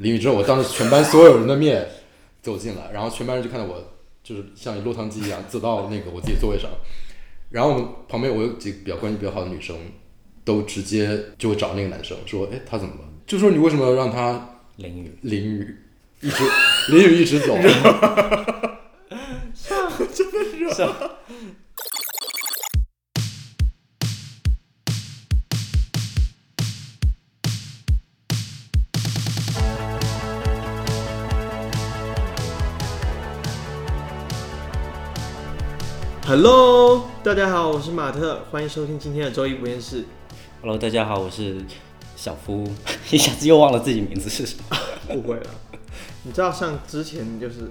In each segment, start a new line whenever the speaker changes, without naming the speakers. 淋雨之后，我当着全班所有人的面走进来，然后全班人就看到我就是像落汤鸡一样走到那个我自己座位上，然后我们旁边我有几个比较关系比较好的女生，都直接就会找那个男生说，哎，他怎么了？就说你为什么要让他
淋雨，
淋雨，一直淋雨一直走？
Hello，大家好，我是马特，欢迎收听今天的周一不厌世。
Hello，大家好，我是小夫， 一下子又忘了自己名字是什么。
误会 了，你知道像之前就是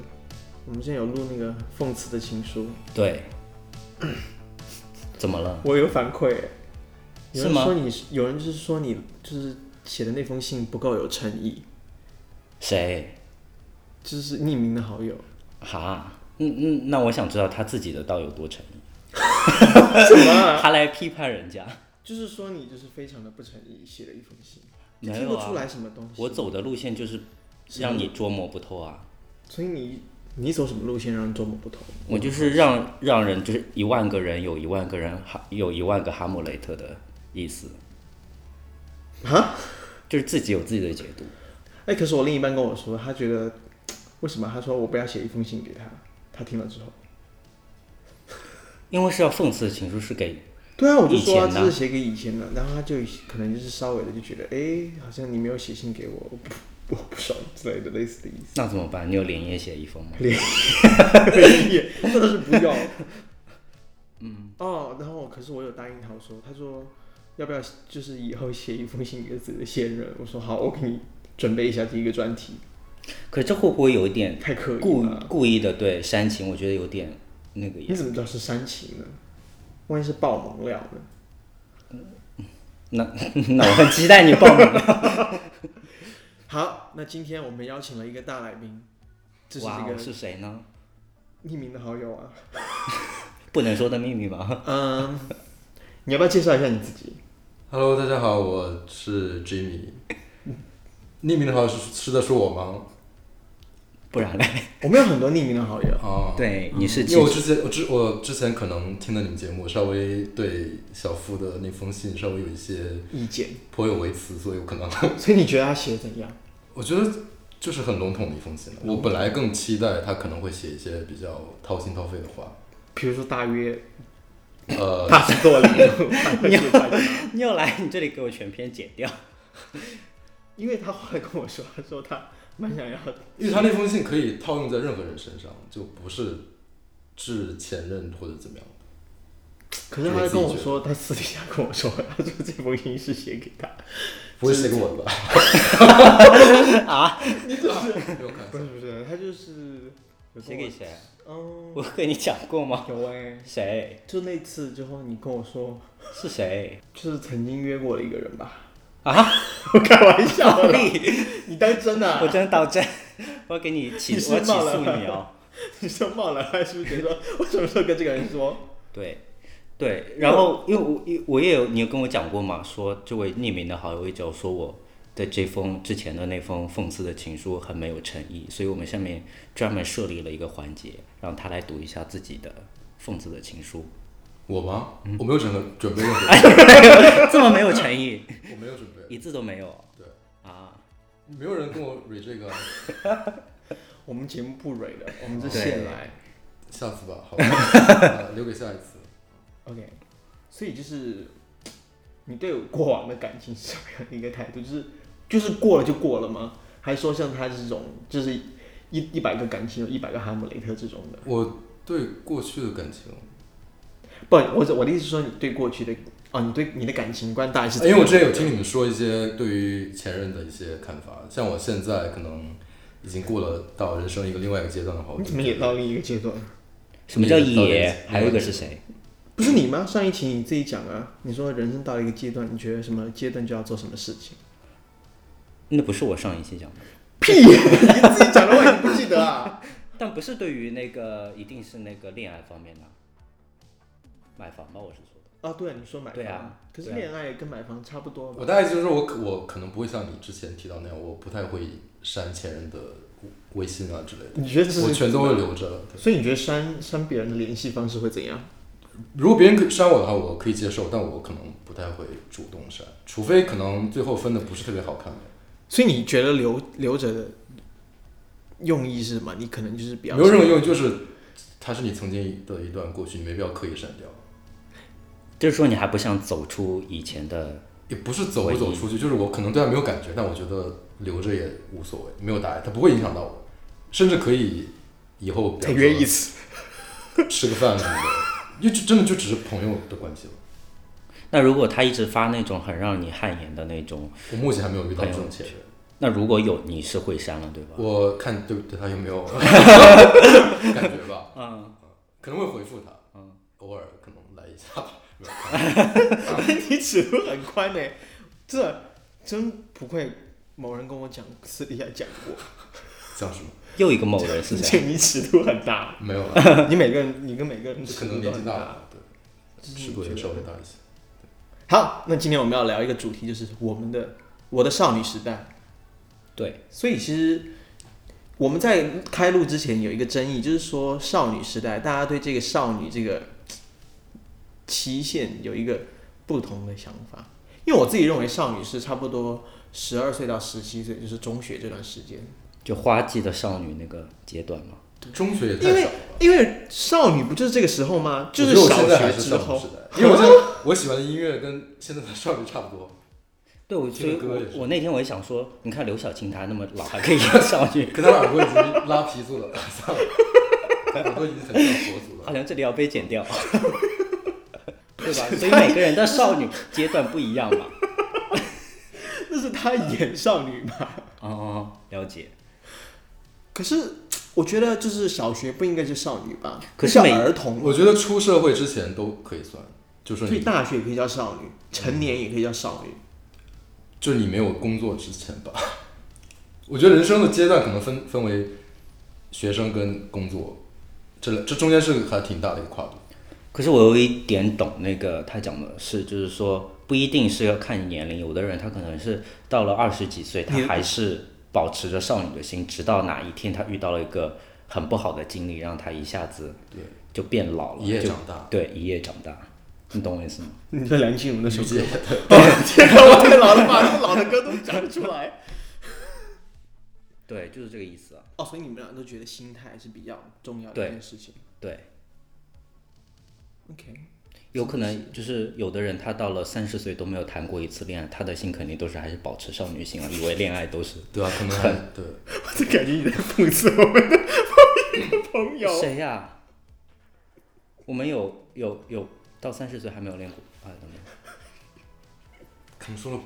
我们之前有录那个讽刺的情书，
对，怎么了？
我有反馈耶，有
是
人
吗
说你，有人就是说你就是写的那封信不够有诚意，
谁？
就是匿名的好 友，
哈？嗯嗯，那我想知道他自己的到底有多诚意，
什么啊、
他来批判人家。
就是说你就是非常的不诚意，写了一封信，就
没
听
有
不出
啊，
来什么东西。
我，走的路线就是让你捉摸不透啊，
所以你你走什么路线让人捉摸不透？
我就是让让人就是一万个人有一万个人哈有一万个哈姆雷特的意思，
啊？
就是自己有自己的解读。
哎、可是我另一半跟我说，他觉得为什么？他说我不要写一封信给他，他听了之后。
因为是要讽刺的情书，是给
对啊，我就说啊
以前呢
这是写给以前的，然后他就可能就是稍微的就觉得，哎，好像你没有写信给我，我不我不爽之类的类似的意思。
那怎么办？你有连夜写一封吗？
也真的是不 要。嗯。哦，然后可是我有答应他，我说，他说要不要就是以后写一封信给自己的现任？我说好，我给你准备一下第一个专题，
可这会不会有一点
太刻意
故
了。
故意的对煽情？我觉得有点 那个
你
也。
怎么知道是煽情呢？万一是爆猛料呢？
那那我很期待你 报名。
好，那今天我们邀请了一个大来宾，这是
哇
这
哦，
个
是谁呢？
匿名的好友 啊。
不能说的秘密吗？
嗯，你要不要介绍一下你自己？
Hello，大家好，我是 Jimmy。匿名的话是是在说我吗？
不然嘞？
我们有很多匿名的好友，
哦、
对，你是
因为我之前我之我之前可能听了你们节目，稍微对小付的那封信稍微有一些
意见，
颇有微词，所以我可能
所以你觉得他写的怎样？
我觉得就是很笼统的一封信了。我本来更期待他可能会写一些比较掏心掏肺的话，
比如说大约
呃，
大是做 了，
你又来，你这里给我全篇剪 掉。
因为他后来跟我说，他说他蛮想要
因为他那封信可以套用在任何人身上，就不是致前任或者怎么样。
可是他跟我说，他私底下跟我说，他说这封信是写给他，
不会写给我的吧？啊！你这是
不是不是，他就是有
写给谁？啊
嗯，
我跟你讲过吗？
有哎、
谁？
就那次之后，你跟我说，
是谁？
就是曾经约过的一个人吧？
啊？
我开玩笑
所
的，
以
你当真啊的、
我真的到这， 我给你起，
你是
我起
冒了
诉你哦。
你说冒了，还是不是觉得说我什么时候跟这个 人说？
对，对，然后因为我因为我也有你有跟我讲过嘛，说这位匿名的好友一直有说我的这封之前的那封讽刺的情书很没有诚意，所以我们下面专门设立了一个环节，让他来读一下自己的讽刺的情书，
我吗？我没有准备准备任何，
这么没有诚意，
我没有准备，
一字都没有。
对
啊，
没有人跟我蕊这个，
我们节目不蕊的，我们是现来。
下次吧，好吧，呃留给下一次。
OK，所以就是你对过往的感情是什么样的一个态度？就是就是过了就过了吗？还是说像他这种，就是一一百个感情有一百个哈姆雷特这种的？
我对过去的感情，
不，我我的意思是说，你对过去的啊，你对你的感情观大概是怎
因
样？
为我之前有听你们说一些对于前任的一些看法，像我现在可能已经过了到人生一个另外一个阶段的话，我
你
就
怎么也到另一个阶段？
什么叫
你到底
野
是？
还有一个是嗯谁？
不是你吗？上一期你自己讲啊，你说人生到了一个阶段，你觉得什么阶段就要做什么事情？
那不是我上一期讲的，
屁！ 你自己讲的话你不记得啊？
但不是对于那个一定是那个恋爱方面的，买房吧，我是说的。
啊，对，你说买
对
房，
啊
可是
对啊
恋爱跟买房差不多
我
嘛。
大概就是我可我可能不会像你之前提到那样，我不太会删前任的微信啊之类的，
你觉得这
我
是？
全都会留着。对
所以你觉得删删别人的联系方式会怎样？
如果别人可删我的话，我可以接受，但我可能不太会主动删，除非可能最后分的不是特别好看的。
所以你觉得留留着的用意是什么？你可能就是比较
没有任何用，就是它是你曾经的一段过去，你没必要刻意删掉。
就是说你还不想走出以前的，
也不是走不走出去，就是我可能对它没有感觉，但我觉得留着也无所谓，没有大碍，它不会影响到我，甚至可以以后比
再
方
约
说
一次。
吃个饭什么的，因为就真的就只是朋友的关系了。
那如果他一直发那种很让你汗颜的那种，
我目前还没有遇到这种前任，
那如果有你是会删了对吧？
我看对对他有没有 感觉吧，嗯，可能会回复他，嗯，偶尔可能来一下吧。没有
你尺度很宽呢、这真不愧某人跟我讲，私底下讲过，
讲什么？
又一个某人是谁？
这你尺度很大，
没有了，
你每个人你跟每个人
就
尺
可
度
能
都
年纪
很
大了，对，
嗯
尺度也稍微大一些。
好，那今天我们要聊一个主题，就是我们的我的少女时代。
对，
所以其实我们在开录之前有一个争议，就是说少女时代，大家对这个少女这个嘖期限有一个不同的想法。因为我自己认为少女是差不多十二岁到十七岁，就是中学这段时间。
就花季的少女那个阶段嘛。
中学也
因
太
为
少了。
因为少女不就是这个时候吗？就
我觉得
小
我现在还
学
是
之
少女
后
时，代，因为我现在我喜欢的音乐跟现在的少女差不多，
对，我所以
听歌也是
我我那天我也想说，你看刘晓庆她那么老还可以演少女，
可她耳朵已经拉皮做了， 算了，她耳朵已经很像佛祖了。
好像这里要被剪掉，对吧？所以每个人的少女阶段不一样嘛。
那是她演少女嘛？
哦，了解。
可是我觉得，就是小学不应该是少女吧？
可是
叫
每
儿童，
我觉得出社会之前都可以算，就是
所以
你
大学也可以叫少女，成年也可以叫少女。
就是你没有工作之前吧。我觉得人生的阶段可能分分为学生跟工作，这这中间是个还挺大的一个跨度。
可是我有一点懂那个他讲的是，就是说不一定是要看年龄，有的人他可能是到了二十几岁，他
你
还是保持着少女的心，直到哪一天他遇到了一个很不好的经历，让他一下子
对
就变老了，
一夜
就
长大
对，一夜长大。你懂我意思吗？
你说梁静茹那首
理
歌
解，
天哪，我太老了，把那么老的歌都讲出来。
对，就是这个意思啊。
哦，所以你们俩都觉得心态是比较重要的
对
一件事情。
对，
OK，
有可能就是有的人他到了三十岁都没有谈过一次恋爱，他的心肯定都是还是保持少女心了，以为恋爱都是
对啊，可能还对。
我就感觉你在讽刺我们的某一个朋友。
谁呀、我们有有有到三十岁还没有练过啊？怎么样？
可能说了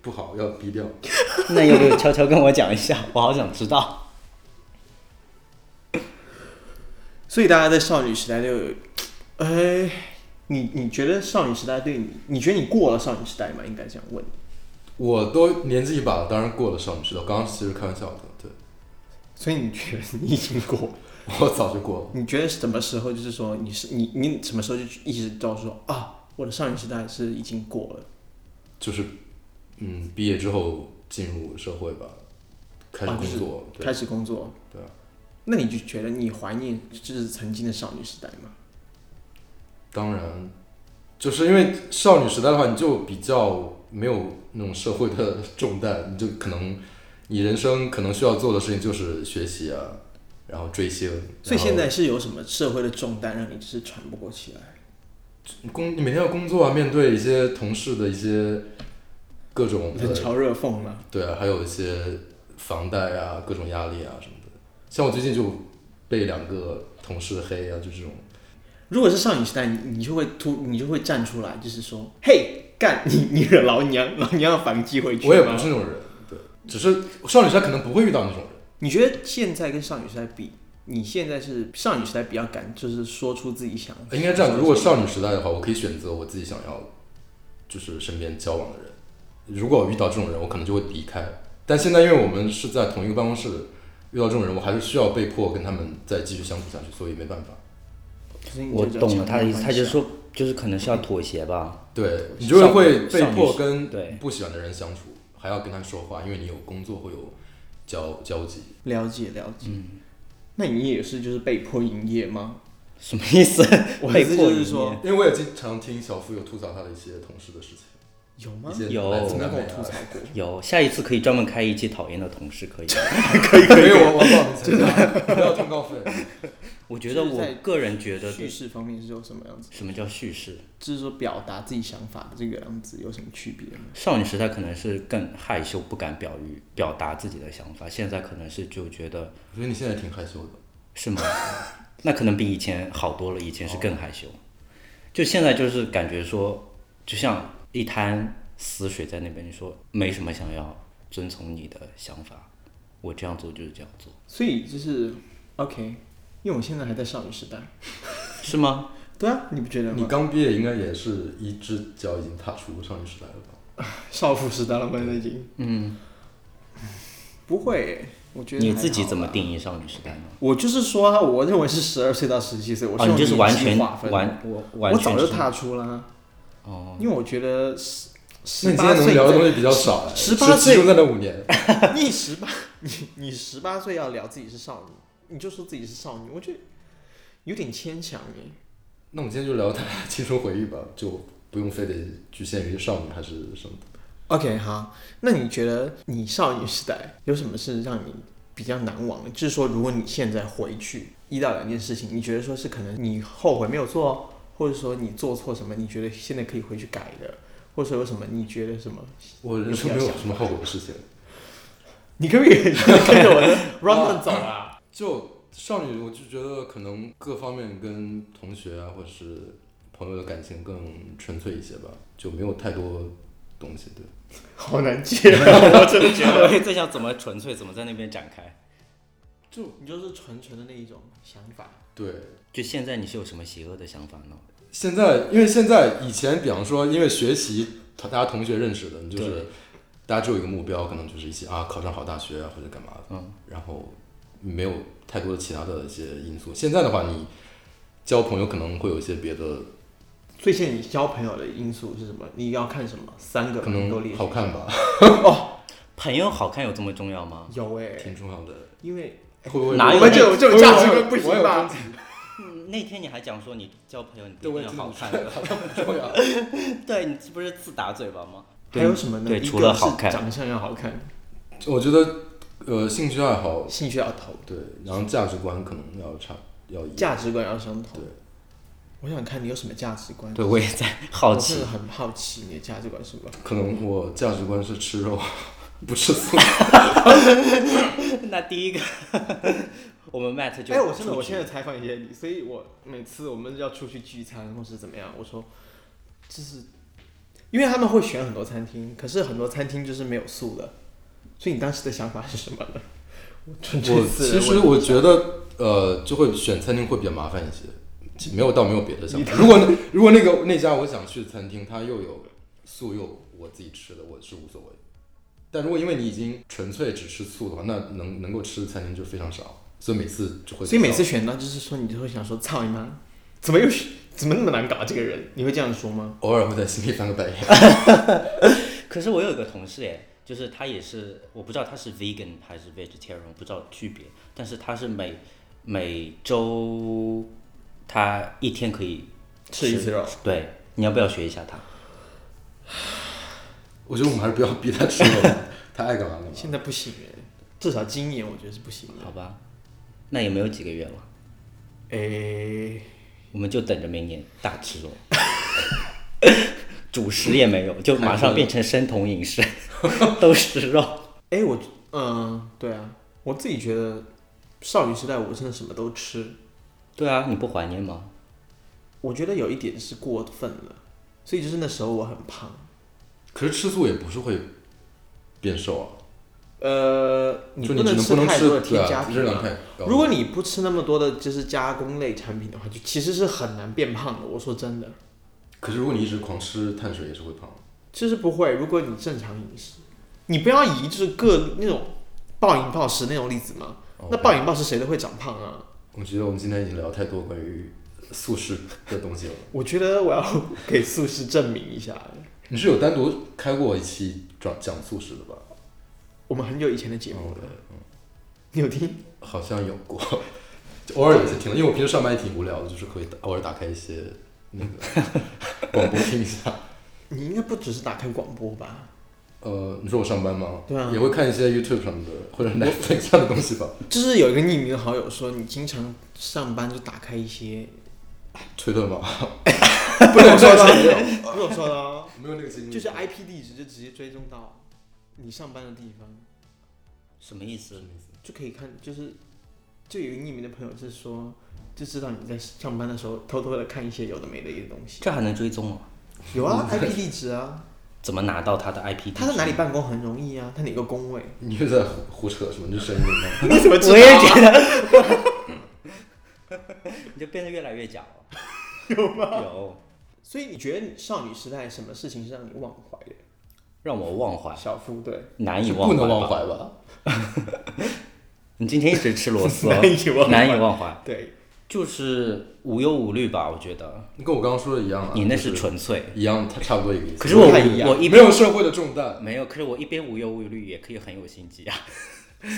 不好，要低调。
那要不要悄悄跟我讲一下？我好想知道。
所以大家在少女时代都有，哎，你你觉得少女时代对你，你觉得你过了少女时代吗？应该这样问。
我都年纪一把了，当然过了少女时代。我刚刚其实开玩笑的，对
所以你觉得你已经过了？
我早就过了。
你觉得什么时候就是说你是你你什么时候就意识到说啊，我的少女时代是已经过了，
就是嗯，毕业之后进入社会吧，开始
啊就
工
是
作，对
开始工作？
对啊。
那你就觉得你怀念就是曾经的少女时代吗？
当然，就是因为少女时代的话，你就比较没有那种社会的重担，你就可能你人生可能需要做的事情就是学习啊，然后追星。
所
然
以
后
现在是有什么社会的重担让你就是喘不过气来？
工你每天要工作啊，面对一些同事的一些各种呃
冷
的
嘲热讽吗？
对啊，还有一些房贷啊，各种压力啊什么的。像我最近就被两个同事黑啊，就这种。
如果是少女时代，你你就会突你就会站出来，就是说，嘿，干你你惹老娘，老娘要反击回去吗。
我也不是那种人，对，只是少女时代可能不会遇到那种人。
你觉得现在跟少女时代比，你现在是少女时代比较敢，就是说出自己想。
应该这样，如果少女时代的话，我可以选择我自己想要，就是身边交往的人。如果我遇到这种人，我可能就会离开。但现在因为我们是在同一个办公室，遇到这种人，我还是需要被迫跟他们再继续相处下去，所以没办法。
就是你
我
觉得
懂
这
了
样
他的意思，
没
他
关系
就
啊
是说就是可能是要妥协吧。
对你就是会被
少
迫
女
跟
对
不喜欢的人相处，还要跟他说话，因为你有工作会有交交集。
了解了解。
嗯
那你也是就是被迫营业吗？
什么意思？
我的
被
意思
迫
就是
营
说
业
因为我也经常听小夫有吐槽他的一些同事的事情，
有吗
一？些
哦有
来自
从来
南
跟
美
我
啊
吐槽过。
有，下一次可以专门开一期讨厌的同事，可以吗。
可以可以，啊我我报名参加，不要通告费。
我觉得
就是在
我个人觉得，
叙事方面是有什么样子？
什么叫叙事？
就是说表达自己想法的这个样子有什么区别吗？
少女时代可能是更害羞，不敢表于表达自己的想法，现在可能是就觉得
我觉得你现在挺害羞的，
是吗？那可能比以前好多了，以前是
哦
更害羞。就现在就是感觉说，就像一滩死水在那边，你说没什么想要遵从你的想法，我这样做就是这样做，
所以就是 OK，因为我现在还在少女时代。
是吗？
对啊，你不觉得
你
吗？
刚毕业应该也是一只脚已经踏出少女时代了吧？
少妇时代了吗？已经
嗯，
不会耶，我觉得
你自己怎么
定？
定义少女时代呢？
我就是说啊，我认为是十二岁到十七岁，我
哦，你
用
就是完
年纪
全
划分的
完我完
我
全
早就是 踏出啦，
哦，
因为我觉得十
那
十
你今天
八
能
岁
聊的东
在，
西比较少，哎
十18岁
只集中在那五年。
你十八，你你十八岁要聊自己是少女，你就说自己是少女，我觉得有点牵强欸耶。
那我们今天就聊他青春回忆吧，就不用非得局限于少女还是什么。
OK，好，那你觉得你少女时代有什么是让你比较难忘的？就是说，如果你现在回去一到两件事情，你觉得说是可能你后悔没有做，或者说你做错什么，你觉得现在可以回去改的，或者说有什么你觉得什么？
我人生没有什么后悔的事情，
你可不可以跟着我 的 run 走啊？
就少女，我就觉得可能各方面跟同学啊或者是朋友的感情更纯粹一些吧，就没有太多东西。对，
好难接、啊，我真的觉得。
我 也在想怎么纯粹，怎么在那边展开。
就你就是纯纯的那一种想法，
对，
就现在你是有什么邪恶的想法呢？
现在因为现在以前，比方说因为学习，大家同学认识的，你就是
对
大家只有一个目标，可能就是一起啊考上好大学啊或者干嘛的。
嗯，
然后没有太多的其他的一些因素。现在的话，你交朋友可能会有一些别的，
所以现在你交朋友的因素是什么？你要看什么？三个
可
都列
能
举
好看吧，
朋友好看有这么重要吗？
有哎、
挺重要的。
因为
会不会
哪有
我们这种这种价值观不
我
行
有
吧？
嗯那天你还讲说你交朋友你
对，
不
我
一
也
定
知
要
道你说
好看，
的好像不重要。
对你这不是自打嘴巴吗？
还有什么呢？
对
一个
除了好
是
看
长相要好看，
我觉得，呃，兴趣爱好
兴趣要投，
对，然后价值观可能要差要一样。
价值观要相同。
对，
我想看你有什么价值观。
对，我也在好
我真
奇
的，很好奇你的价值观是什么。
可能我价值观是吃肉， 不吃 素。
那第一个我们 Matt
嗯
就
哎，我真的，
出
我
局
现在采访一些你，所以我每次我们要出去聚餐或是怎么样，我说，就是，因为他们会选很多餐厅，可是很多餐厅就是没有素的，所以你当时的想法是什么呢？ 我纯粹
我
是
其实我觉得，呃，就会选餐厅会比较麻烦一些，其没有倒没有别的想法。如果那如果那个那家我想去的餐厅，它又有素又有我自己吃的，我是无所谓。但如果因为你已经纯粹只吃素的话，那能能够吃的餐厅就非常少，所以每次就会。
所以每次选到就是说，你就会想说，操你妈，怎么又选怎么那么难搞这个人？你会这样说吗？
偶尔会在心里翻个白眼。
可是我有一个同事哎，就是他也是，我不知道他是 vegan 还是 vegetarian，我不知道区别，但是他是每每周他一天可以
吃一次肉，
对，你要不要学一下他？
我觉得我们还是不要逼他吃肉 吧，他爱干嘛干嘛。
现在不行哎，至少今年我觉得是不行的。
好吧，那也没有几个月了，
哎，
我们就等着明年大吃肉。 主食也没有，就马上变成生酮饮食， 都是 肉。
哎，我嗯，对啊，我自己觉得少女时代我真的什么都吃，
对啊，你不怀念吗？
我觉得有一点是过分了，所以就是那时候我很胖。
可是吃素也不是会变瘦啊，
呃，你
就
不
你只
能
能不能
太多的
吃对
添加
啊，
品
热量
啊
太高。
如果你不吃那么多的，就是加工类产品的话，就其实是很难变胖的。我说真的，
可是如果你一直狂吃碳水也是会胖。
其实不会。如果你正常饮食，你不要以就是各那种暴饮暴
哦
食那种例子嘛。那暴饮暴食谁都会长胖啊。
我觉得我们今天已经聊太多关于素食的东西了。
我觉得我要 给素食证明一下。
你是有单独开过一期讲讲素食的吧？
我们很久以前的节目
哦
了，
对
你有听？
好像有过， 就偶尔有一些听，因为我平时上班也挺无聊的，就是可以打偶尔打开一些那个广播听一下。
你应该不只是打开广播吧？
呃，你说我上班吗？
对啊
也会看一些 YouTube 上的或者 Netflix 上的东西吧，
就是有一个匿名的好友说，你经常上班就打开一些，
推特吗？ 不能说没有，
不是我说 的哦，
没有那个经历，
就是 IP 地址就直接追踪到你上班的地方，
什么意思？
就可以看，就是就有一个匿名的朋友是说，就知道你在上班的时候偷偷的看一些有的没的一些东西。
这还能追踪哦？
有啊，IP 地址啊，
怎么拿到他的 IP 地址？
他在哪 里办公很容易啊，他哪个工位？
你又在胡胡扯什么？你是神经病吗？
你怎么知道
我也觉得， 你就变得越来越假 了。有吗？有，
所以你觉得你少女时代什么事情是让你忘怀的？
让我忘怀，
小夫对，
难以忘
不
怀。
能忘。怀吧？
你今天一直吃 螺丝
难以忘
哦，
怀
难以忘怀，
对，
就是无忧无虑吧？我觉得
你跟我刚刚说的一样啊，
你那
就是
纯粹。
一样，它差不多一个意思。
可是我
不太一样
我一
没
边
有社会的重担，
没有，可是我一边无忧无虑，也可以很有心机啊。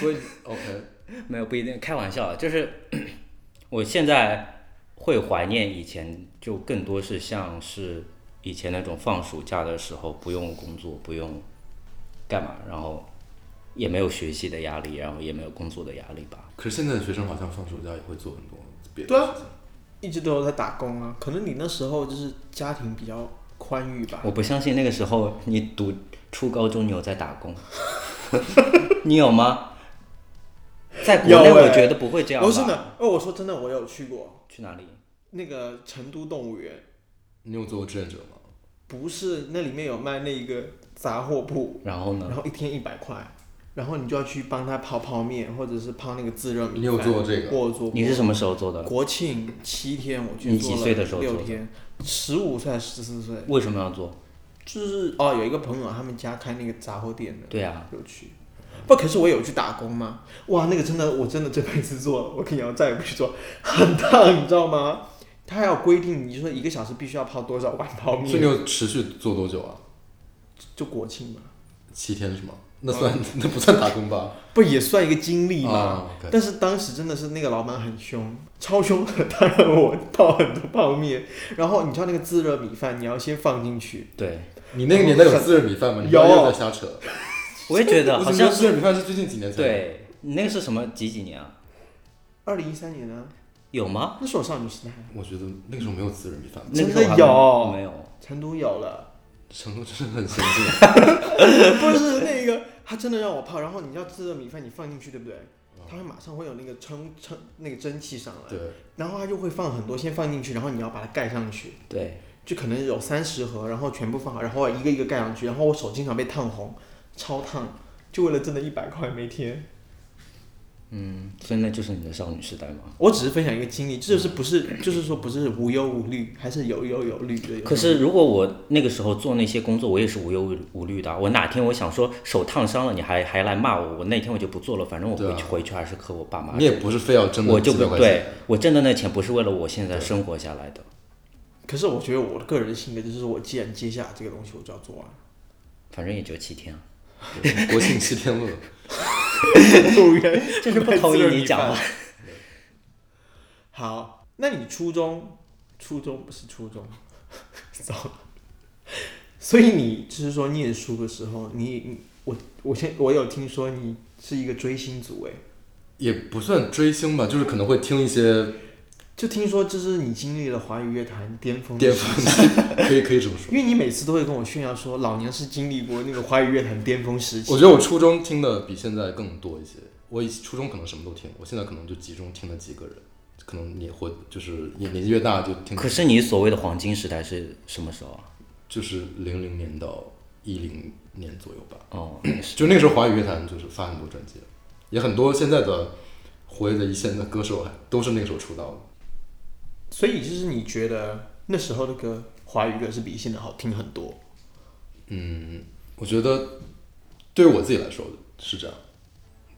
所以 OK，
没有不一定，开玩笑，啊就是 我现在会怀念以前，就更多是像是以前那种放暑假的时候，不用工作，不用干嘛，然后也没有学习的压力，然后也没有工作的压力吧。
可是现在的学生好像放暑假也会做很多别的
对啊
事情
一直都有在打工啊。可能你那时候就是家庭比较宽裕吧。
我不相信那个时候你读初高中你有在 打工，你有吗？在国内
有欸
我觉得不会这样吧？
不是呢，哦，我说真的，我有去过
去哪里？
那个成都动物园，
你有做过志愿者吗？
不是那里面有卖那个杂货铺，
然后呢
然？后一天一百块，然后你就要去帮他泡泡面或者是泡那个自热米饭。
你有做这个
我有做过。
你是什么时候做的？
国庆七天，我去
你
做
几
了
岁的时候
六
做的
天，十五岁还是十四岁？
为什么要做？
就是哦，有一个朋友他们家开那个杂货店的，
对啊，
有去。不，可是我有去打工吗？哇，那个真的，我真的这辈子做了，我跟你讲，再也不去做，很烫，你知道吗？他还有规定，你说一个小时必须要泡多少碗泡
所以你
面，
有持续做多久啊？
就国庆嘛，
七天是吗？那算
啊
那不算打工吧？
不也算一个经历嘛？
啊，OK，
但是当时真的是那个老板很凶，超凶的，他让我泡很多泡面，然后你知道那个自热米饭，你要先放进去，
对，
你那个年代有自热米饭吗？你
有
不要又在瞎扯。
我也觉得
我
好
怎么觉
像
得自热米饭是最近几年才有，
对，你那个是什么几几年啊？
二零一三年呢、
有吗？
那是我少女时代，
我觉得那个时候没有自热米饭，
那个
真
时
的
候还没
有
没有？
成都有了。
成都真的很先进。
不是那个，他真的让我泡，然后你要自热米饭，你放进去对不对？
哦
它会马上会有那个蒸蒸那个蒸汽上来，
对，
然后它就会放很多，先放进去，然后你要把它盖上去，
对，
就可能有三十盒，然后全部放好，然后一个一个盖上去，然后我手经常被烫红，超烫，就为了挣的一百块每天。
嗯，所以那就是你的少女时代嘛。
我只是分享一个经历，这就是不是就是说不是无忧无虑，还是有忧有虑的。
可是如果我那个时候做那些工作，我也是无忧无虑的啊。我哪天我想说手烫伤了，你还还来骂我，我那天我就不做了，反正我
对
回
啊
去回去还是和我爸妈
你。也不是非要真的
我就
700
不
块
对
钱，
我挣的那钱不是为了我现在生活下来的，
可是我觉得我的个人性格就是，我既然接下这个东西，我就要 做完。
反正也就七天啊。
对 国庆七天乐，
这是不同意你讲 话。
好，那你初中，初中不是初中， 糟了。所以你就是说念书的时候，你你我我现我有听说你是一个追星族哎，
也不算追星吧，就是可能会听一些
就听说这是你经历了华语乐坛巅峰的
巅
时
峰期， 可以可以这么说。
因为你每次都会跟我炫耀说老娘是经历过那个华语乐坛巅峰时期。
我觉得我初中听的比现在更多一些。我以初中可能什么都听，我现在可能就集中听了几个人。可能你会就是你年纪越大就听，
可是你所谓的黄金时代是什么时候啊？
就是零零年到一零年左右吧。
哦，也是
就那个时候华语乐坛就是发很多专辑，也很多现在的活跃的一线的歌手还都是那个时候出道的。
所以就是你觉得那时候的歌华语歌是比现在好听很多。
我觉得对于我自己来说是这样，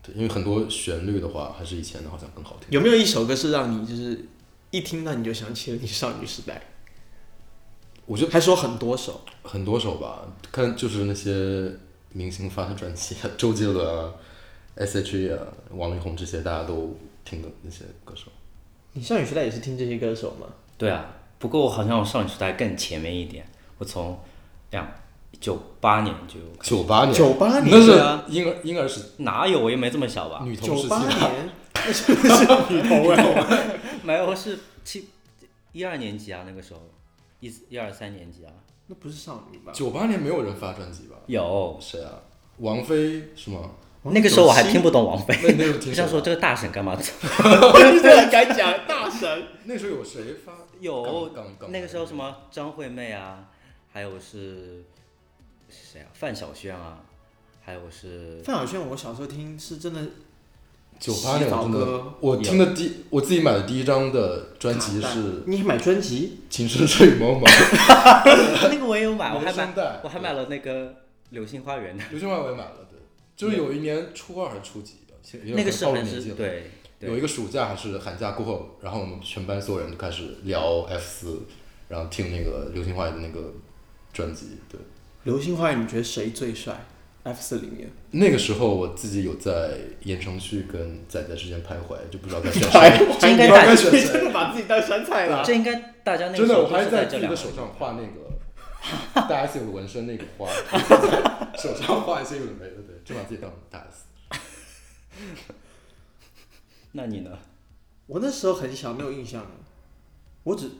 对，因为很多旋律的话还是以前的好像更好听。
有没有一首歌是让你就是一听到你就想起了你少女时代，
我觉得
还说很多首，
很多首吧，看就是那些明星发的专辑啊， 周杰伦啊、S.H.E 啊、王力宏这些大家都听的那些歌手。
你少女时代也是听这些歌手吗？
对啊，不过我好像我少女时代更前面一点，我从两九八年就
九八年，
98年
那
对啊
是婴儿婴儿时
哪有我也没这么小吧？
女童时
九
期
八
吧，
年， 那是不是女童哎？
没有，我是七一二年级啊，那个时候一一二三年级啊，
那不是少女吧？
九八年没有人发专辑吧？
有
谁啊？王菲是吗？
那个时候我还听
不
不懂王菲，
那那时候
我
听谁
想
啊
说这个大神干嘛？
懂， 敢讲大神，
那时候有谁发？
有
港港港
那个时候什么张惠妹啊，还有是谁啊？范晓萱啊，还有 是
范晓萱，我小时候听是真的
九八年我
洗澡
真的
歌，
我听的第我自己买的第一张的专辑
卡带
是《
你买专辑，
情深深雨蒙蒙》，
那个我也有买，我
原
还买
声带
我还买了那个《流星花园》的，
刘俊华我也买了，对，就是有一年初二还是初几，其实有点
那个时候
暴露
还
年纪
是
了。
对
有一
对
个暑假还是寒假过后，然后我们全班所有人就开始聊 F 四，然后听那个流星花园的那个专辑。对，
《流星花园》，你觉得谁最帅？F 四里面，
那个时候我自己有在盐城区跟仔仔之间徘徊，就不知道该 选
哎
谁。
这应该
你要
大
该选
你
谁？
真的把自己当山菜了
这。应该大家那个
真
时
的，
候
我
都
还
是
自
在
己
这两
的
个
手上画那 个，大 S 有纹身那个花，手上画一些有的没的，对，就把自己当大 S。
那你呢？
我那时候很小，没有印象。我只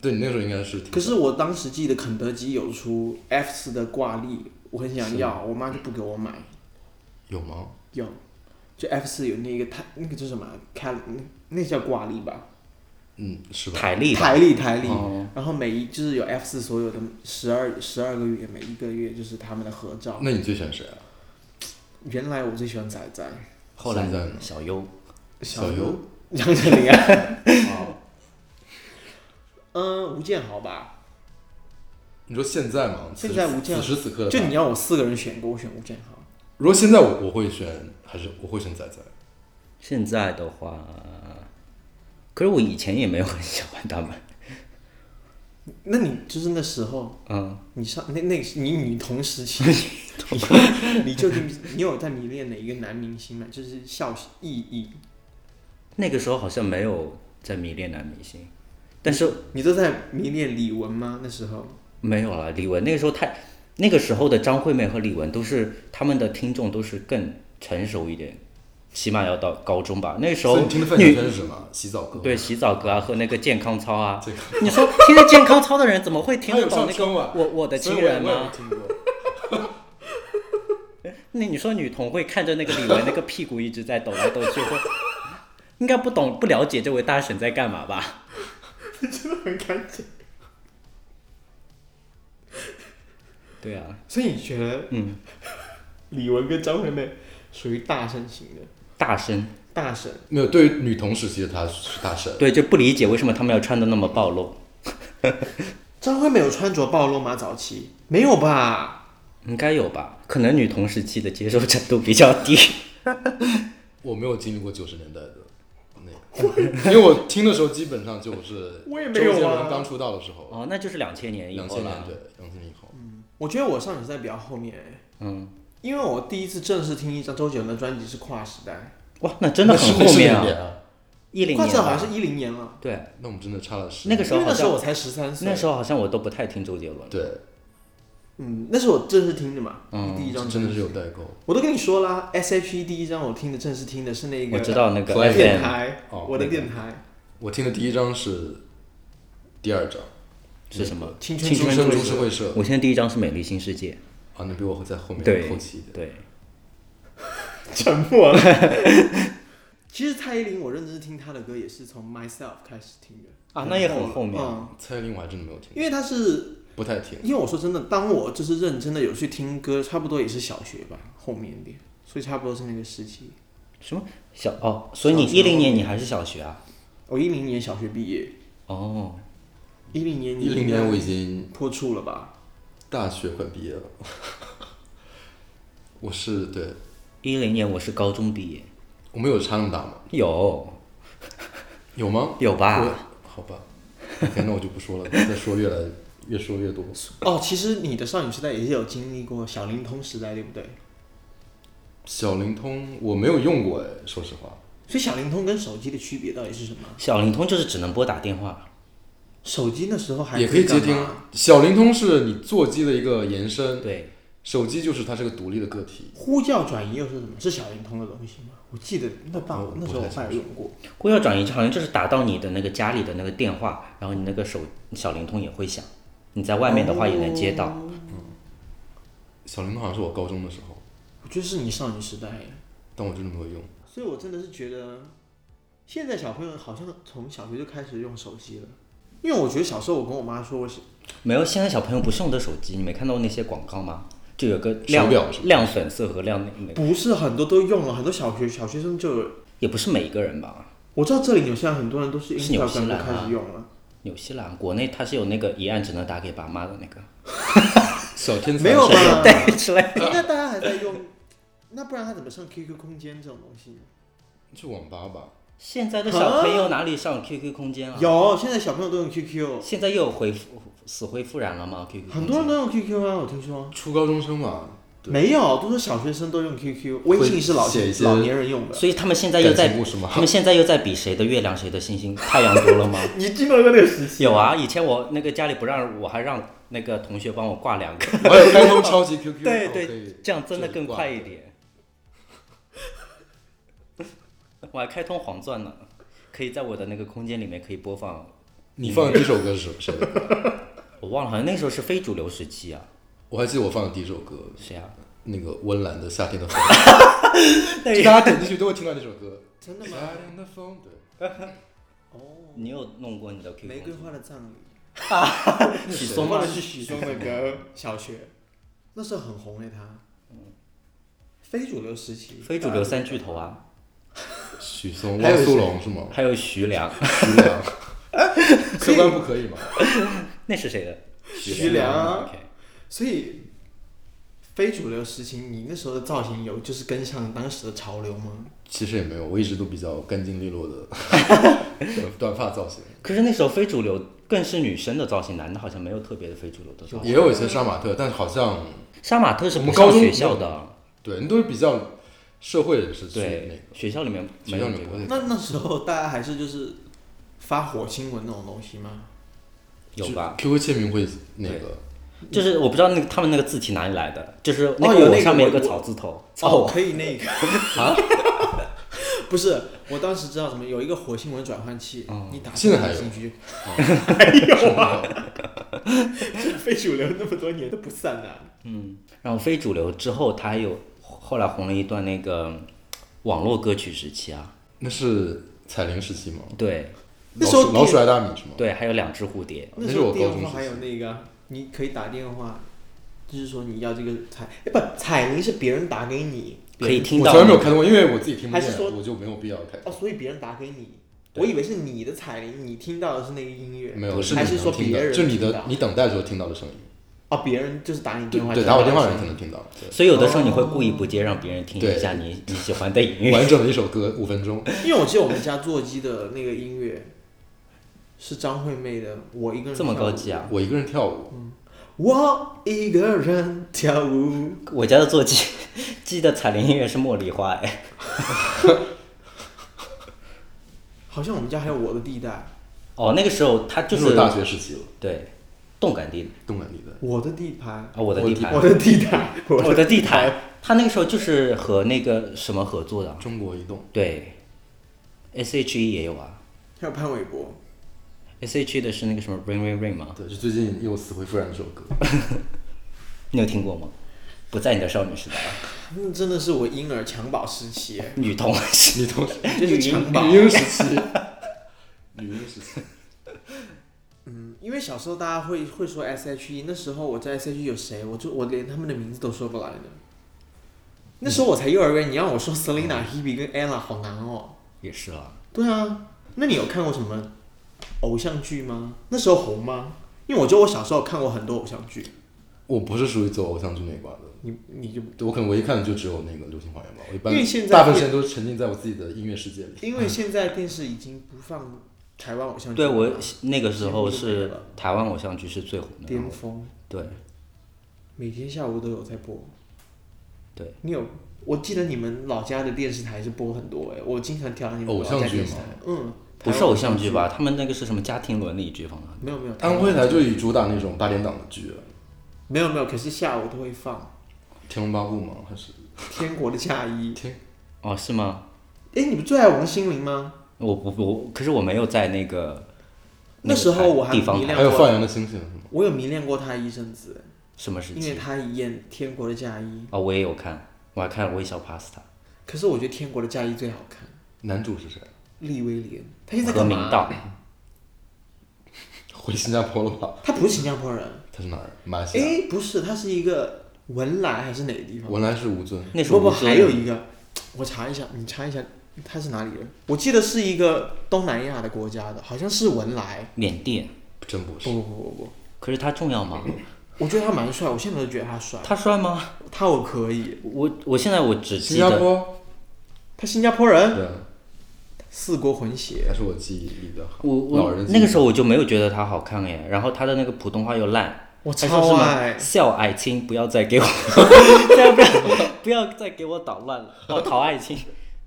对你那时候应该是挺，
可是我当时记得肯德基有出 F 四的挂历，我很想要，我妈就不给我买。
有吗？
有，就 F 四有那个台，那个叫什么啊开，那那叫挂历吧，
嗯，是吧？
台历吧
台历台历。
哦
然后每一就是有 F 四所有的十二十二个月，每一个月就是他们的合照。
那你最喜欢谁啊？
原来我最喜欢仔仔、
后来
现在呢
小优，
小优
优、杨丞琳啊，嗯，吴建豪吧。
你说现在吗？
现在
此时
吴建
此时此刻的他，
就你要我四个人选一个，我选吴建豪。
如果现在我我会选，还是我会选仔仔。
现在的话，可是我以前也没有很喜欢他们，
那你就是那时候，
嗯，
你上那那你女童时期， 你你究竟你有在迷恋哪一个男明星吗？就是笑意义，
那个时候好像没有在迷恋男明星，但是
你都在迷恋李玟吗？那时 候
没有了李玟那个时候太，那个时候的张惠妹和李玟都是他们的听众都是更成熟一点，起码要到高中吧。那个时候
所以你听的范晓
女
萱是什么？洗澡歌。
对，洗澡歌啊和那个健康操啊
健，
你说听着健康操的人怎么会听
他
得
有
懂
上
那个
春晚。
我我的
所以
亲人啊
我也我也
吗
没？听过。
那你说女童会看着那个李玟那个屁股一直在抖来抖去，会 应该不懂不了解这位大神在干嘛吧？
真的很干净。
对啊，
所以你觉得
嗯，
李玟跟张惠妹属于大神型的
大神，
大神？
没有，对于女童时期的她是大神。
对，就不理解为什么他们要穿的那么暴露，
张惠妹有穿着暴露吗？早期没有吧？
应该有吧？可能女童时期的接受程度比较低。
我没有经历过九十年代的那个，因为我听的时候基本上就是
我也
周
没有啊
杰伦刚出道的时候，
哦，那就是两千年以
两
后
千
了
年。对，两千年以后。
我觉得我上女时代比较后面、欸，
嗯，
因为我第一次正式听一张周杰伦的专辑是跨时代，
哇，那真的
那是
很后面
那是哪
啊，
年啊。
一零
跨
年
时代好
吧
像是一零年了，
对，
那我们真的差了十
那
年。
个时
因
候
为
好
那时候
像
我才十三岁，
那时候好像我都不太听周杰伦。
对，
嗯，那是我正式听的嘛，
嗯
第一张
真的是
专辑
有代沟。
我都跟你说啊啦，S.H.E E 第一张我听的正式听的是那个，
我知道那个
Fly
电
FM
台，
哦
我的
那个
电台，
我听的第一张是第二张，
是什么？
青
青
春
春
株
株式会社。
我现在第一张是《美丽新世界
啊，那比我在后面
对
后期一点。》，
对，
沉默了。 其实蔡依林，我认真听她的歌也是从 Myself 开始听的
啊，那也很后面。
嗯，
蔡依林我还真的没有听
因
过，
为她是，
不太听。
因为我说真的，当我就是认真的有去听歌，差不多也是小学吧，后面一点，所以差不多是那个时期。
什么小哦？所以你
小
一
学
零年你还是小学啊？
我哦一零年小学毕业，
哦，
一零年你
一零年我已经
破处了吧？
大学快毕业了， 我是对，
一零年我是高中毕业，
我们有差那么大吗？
有
有吗？
有吧？
我好吧，OK，那我就不说了， 再说越来越说越多。
哦，其实你的少女时代也是有经历过小灵通时代，对不对？
小灵通我没有用过哎，说实话，
所以小灵通跟手机的区别到底是什么？
小灵通就是只能拨打电话，
手机那时候还
也可以接
干
听
嘛。
小灵通是你座机的一个延伸，
对，
手机就是它是个独立的个体。
呼叫转移又是什么？是小灵通的东西吗？我记得那爸、
我
那时候
不
我
太
爸有用过。
呼叫转移好像就是打到你的那个家里的那个电话，然后你那个手小灵通也会响，你在外面的话也能接到。
小灵通好像是我高中的时候，
我觉得是你少女时代，
但我真的没有用。
所以我真的是觉得，现在小朋友好像从小学就开始用手机了。因为我觉得小时候我跟我妈说，我是
没有，现在小朋友不是用的手机，你没看到那些广告吗？就有个亮
手表是吧
亮粉色和亮那个，
不是很多都用了，很多小学小学生就有。
也不是每一个人吧？
我知道这里纽西兰很多人都是
是纽西
Instagram
兰
就
啊
开始用了。
纽西兰国内它是有那个一按只能打给爸妈的那个，
小天才
没有
是吧
吧？
对之 类的。
应哎该大家还在用，那不然他怎么上 QQ 空间这种东西呢？
去网吧吧，
现在的小朋友哪里上 QQ 空间啊？，
有，现在小朋友都用 QQ，
现在又有回复死灰复燃了吗？QQ 空间
很多人都用 QQ 啊，我听说。
初高中生吧，对
没有，都说小学生都用 QQ，微信是老
会写一些
老年人用的。
所以他们现在又
感
在
情故事吗
他？们 现在又在比谁的月亮、谁的星星、太阳多了吗？
你经过过那个时期？
有啊，以前我那个家里不让，我还让那个同学帮我挂两个，
我有高中超级 QQ，
对
然后可以
对，这样真的
就是
更
挂
快一点。 我还开通黄钻呢，可以在我的那个空间里面可以播放，
你放的第一首歌是谁的歌？
我忘了，好像那时候是非主流时期啊，
我还记得我放的第一首歌，
谁啊？
那个温岚的《夏天的风》，
对
就 大家点进去都会听到这首歌。
真的吗？
夏天的风，对，
哦，
你有弄过你的 QQ
玫瑰
空间？
花的葬礼，
那
许
谁
嵩吗
放的是许嵩的歌，小学，那时候很红诶，他。非主流时期，
非主流三巨头啊，
许嵩、
还有
汪
谁
苏泷是吗？
还有徐 良，
徐良，科班不可以吗？
那是谁的？
徐良啊
OK，
所以非主流时期，你那时候的造型有就是跟上当时的潮流吗？
其实也没有，我一直都比较干净利落 的短短发造型，
可是那时候非主流更是女生的造型，男的好像没有特别的非主流的造型。
也有一些杀马特，但是好像
杀马特是
我
不
们
上
高中
学
没
校
有
的，
对你都是比较社会人士去那
对
个，
学校里面没
学校
有
里
这
面
个
不。会，
那那时候大家还是就是发火星文那种东西吗？
有吧？
就？QQ 签名会那个，
就是我不知道那个他们那个字体哪里来的，就是那
哦有
个
那
我
个
上面有
我
个草字头，
哦，
草
可以那个啊， 不是，我当时知道什么有一个火星文转换器，你打
哦现在还有
进去
是没有。
就非主流那么多年都不散的、啊
然后非主流之后，他还有后来红了一段那个网络歌曲时期啊，
那是彩铃时期吗？
对
那时候
老鼠老鼠爱大米是吗？
对，还有两只蝴蝶，
那
那
时
是我
候
高
电
中
话
时
还有那个，你可以打电话，就是说你要这个彩，哎不，彩铃是别人打给你，
可以听
我
到
从来没有看过，因为我自己听不
还是说
见，我就没有必要开。
哦，所以别人打给你，我以为是你的彩铃，你听到的是那个音乐，
没有，
不
是
是
你
还是
能
说
听
别
到
人
就你
听
的
到
你等待的时候听到的声音，
哦，别人就是打你
对
电话，
对，打我电话的人才能听到。
所以有的时候你会故意不接，让别人听
对
一下你你喜欢的音
完
乐。
整的一首歌五分钟，
因为我记得我们家座机的那个音乐是张惠妹的《我一个人》
这么高级！啊！
我一个人跳舞，
我一个人跳舞，
我家的座机 机的彩铃音乐是茉莉花，哎，
好像我们家还有我的地带，
哦，那个时候他就
那
是
我大学时期了，
对动感地
动感地带。
我的地盘，
啊，我的
我
地
的
盘，
我的地带，
我
我
的地毯，他那个时候就是和那个什么合作的，啊
中国移动，
对，S.H.E 也有啊
还有潘玮柏，
，S.H.E 的是那个什么 Rain Rain Rain 吗？
对，就最近又死灰复燃这首歌，
你有听过吗？不在你的少女时代啊，
那嗯真的是我婴儿襁褓时期耶，
女童
女童
就是襁褓
女。婴时期，女婴时期，
嗯，因为小时候大家会会说 S.H.E，那时候我在 S.H.E 有谁，我就我连他们的名字都说不来的。那时候我才幼儿园，你让我说 Selina、Hebe 跟 Ella 好难哦。
也是啊，
对啊，那你有看过什么偶像剧吗？那时候红吗？因为我觉得我小时候看过很多偶像剧，
我不是属于走偶像剧那一挂的。
你你就
对，我可能唯一看的就只有那个《流星花园》吧，我一般
因为现在
大部分时间都是沉浸在我自己的音乐世界里。
因为现在电视已经不放台湾偶像剧
对
吧
我那个时候
几乎就没
是
了
台湾偶像剧是最红的，然
巅
后
峰，
对
每天下午都有在播。
对，
你有？我记得你们老家的电视台是播很多哎、我经常调你们
偶
老家
像剧
电视
吗
台。嗯，
不是
台湾
偶像剧吧？他们那个是什么家庭伦理剧啊放的？
没有没有，台
安
湾
徽台就以主打那种八点档的剧，
没有没有，可是下午都会放
《天龙八部》吗？还是
《天国的嫁衣》。
哦，是吗？
哎，你们最爱王心凌吗？
我不我，可是我没有在那个
那时候
个台
我还
地方
迷
台
恋
还有《放羊的星星》是吗？
我有迷恋过她一阵子，
什么时
因为
期？
她演《天国的嫁衣
哦，我也有看，我还看了《微笑 Pasta》，》，
可是我觉得《天国的嫁衣》最好看。
男主是谁？
利威廉，他现在
何
干
明
嘛？
道，
回新加坡了吧？
啊他不是新加坡人，
啊他是哪儿？马来西亚。
哎，不是，他是一个文莱还是哪个地方？
文莱是吴尊，
那时
不
候
不，
吴尊
还有一个，我查一下，你查一下，他是哪里人？我记得是一个东南亚的国家的，好像是文莱。
缅甸，
真不
不
是。
不不不不，
可是他重要吗？
我觉得他蛮帅，我现在都觉得他帅，
他帅吗？
他我可以。
我我现在我只
新
记
加
得
坡，
他新加坡人，
对，
四国混血，
还是我记忆力比较好。
我
老
我
人
那个时候我就没有觉得他好看耶，然后他的那个普通话又烂。
我
还说什
超爱
么。笑爱卿，不要再给我， 不要不要不要再给我捣乱了。哦，陶爱卿，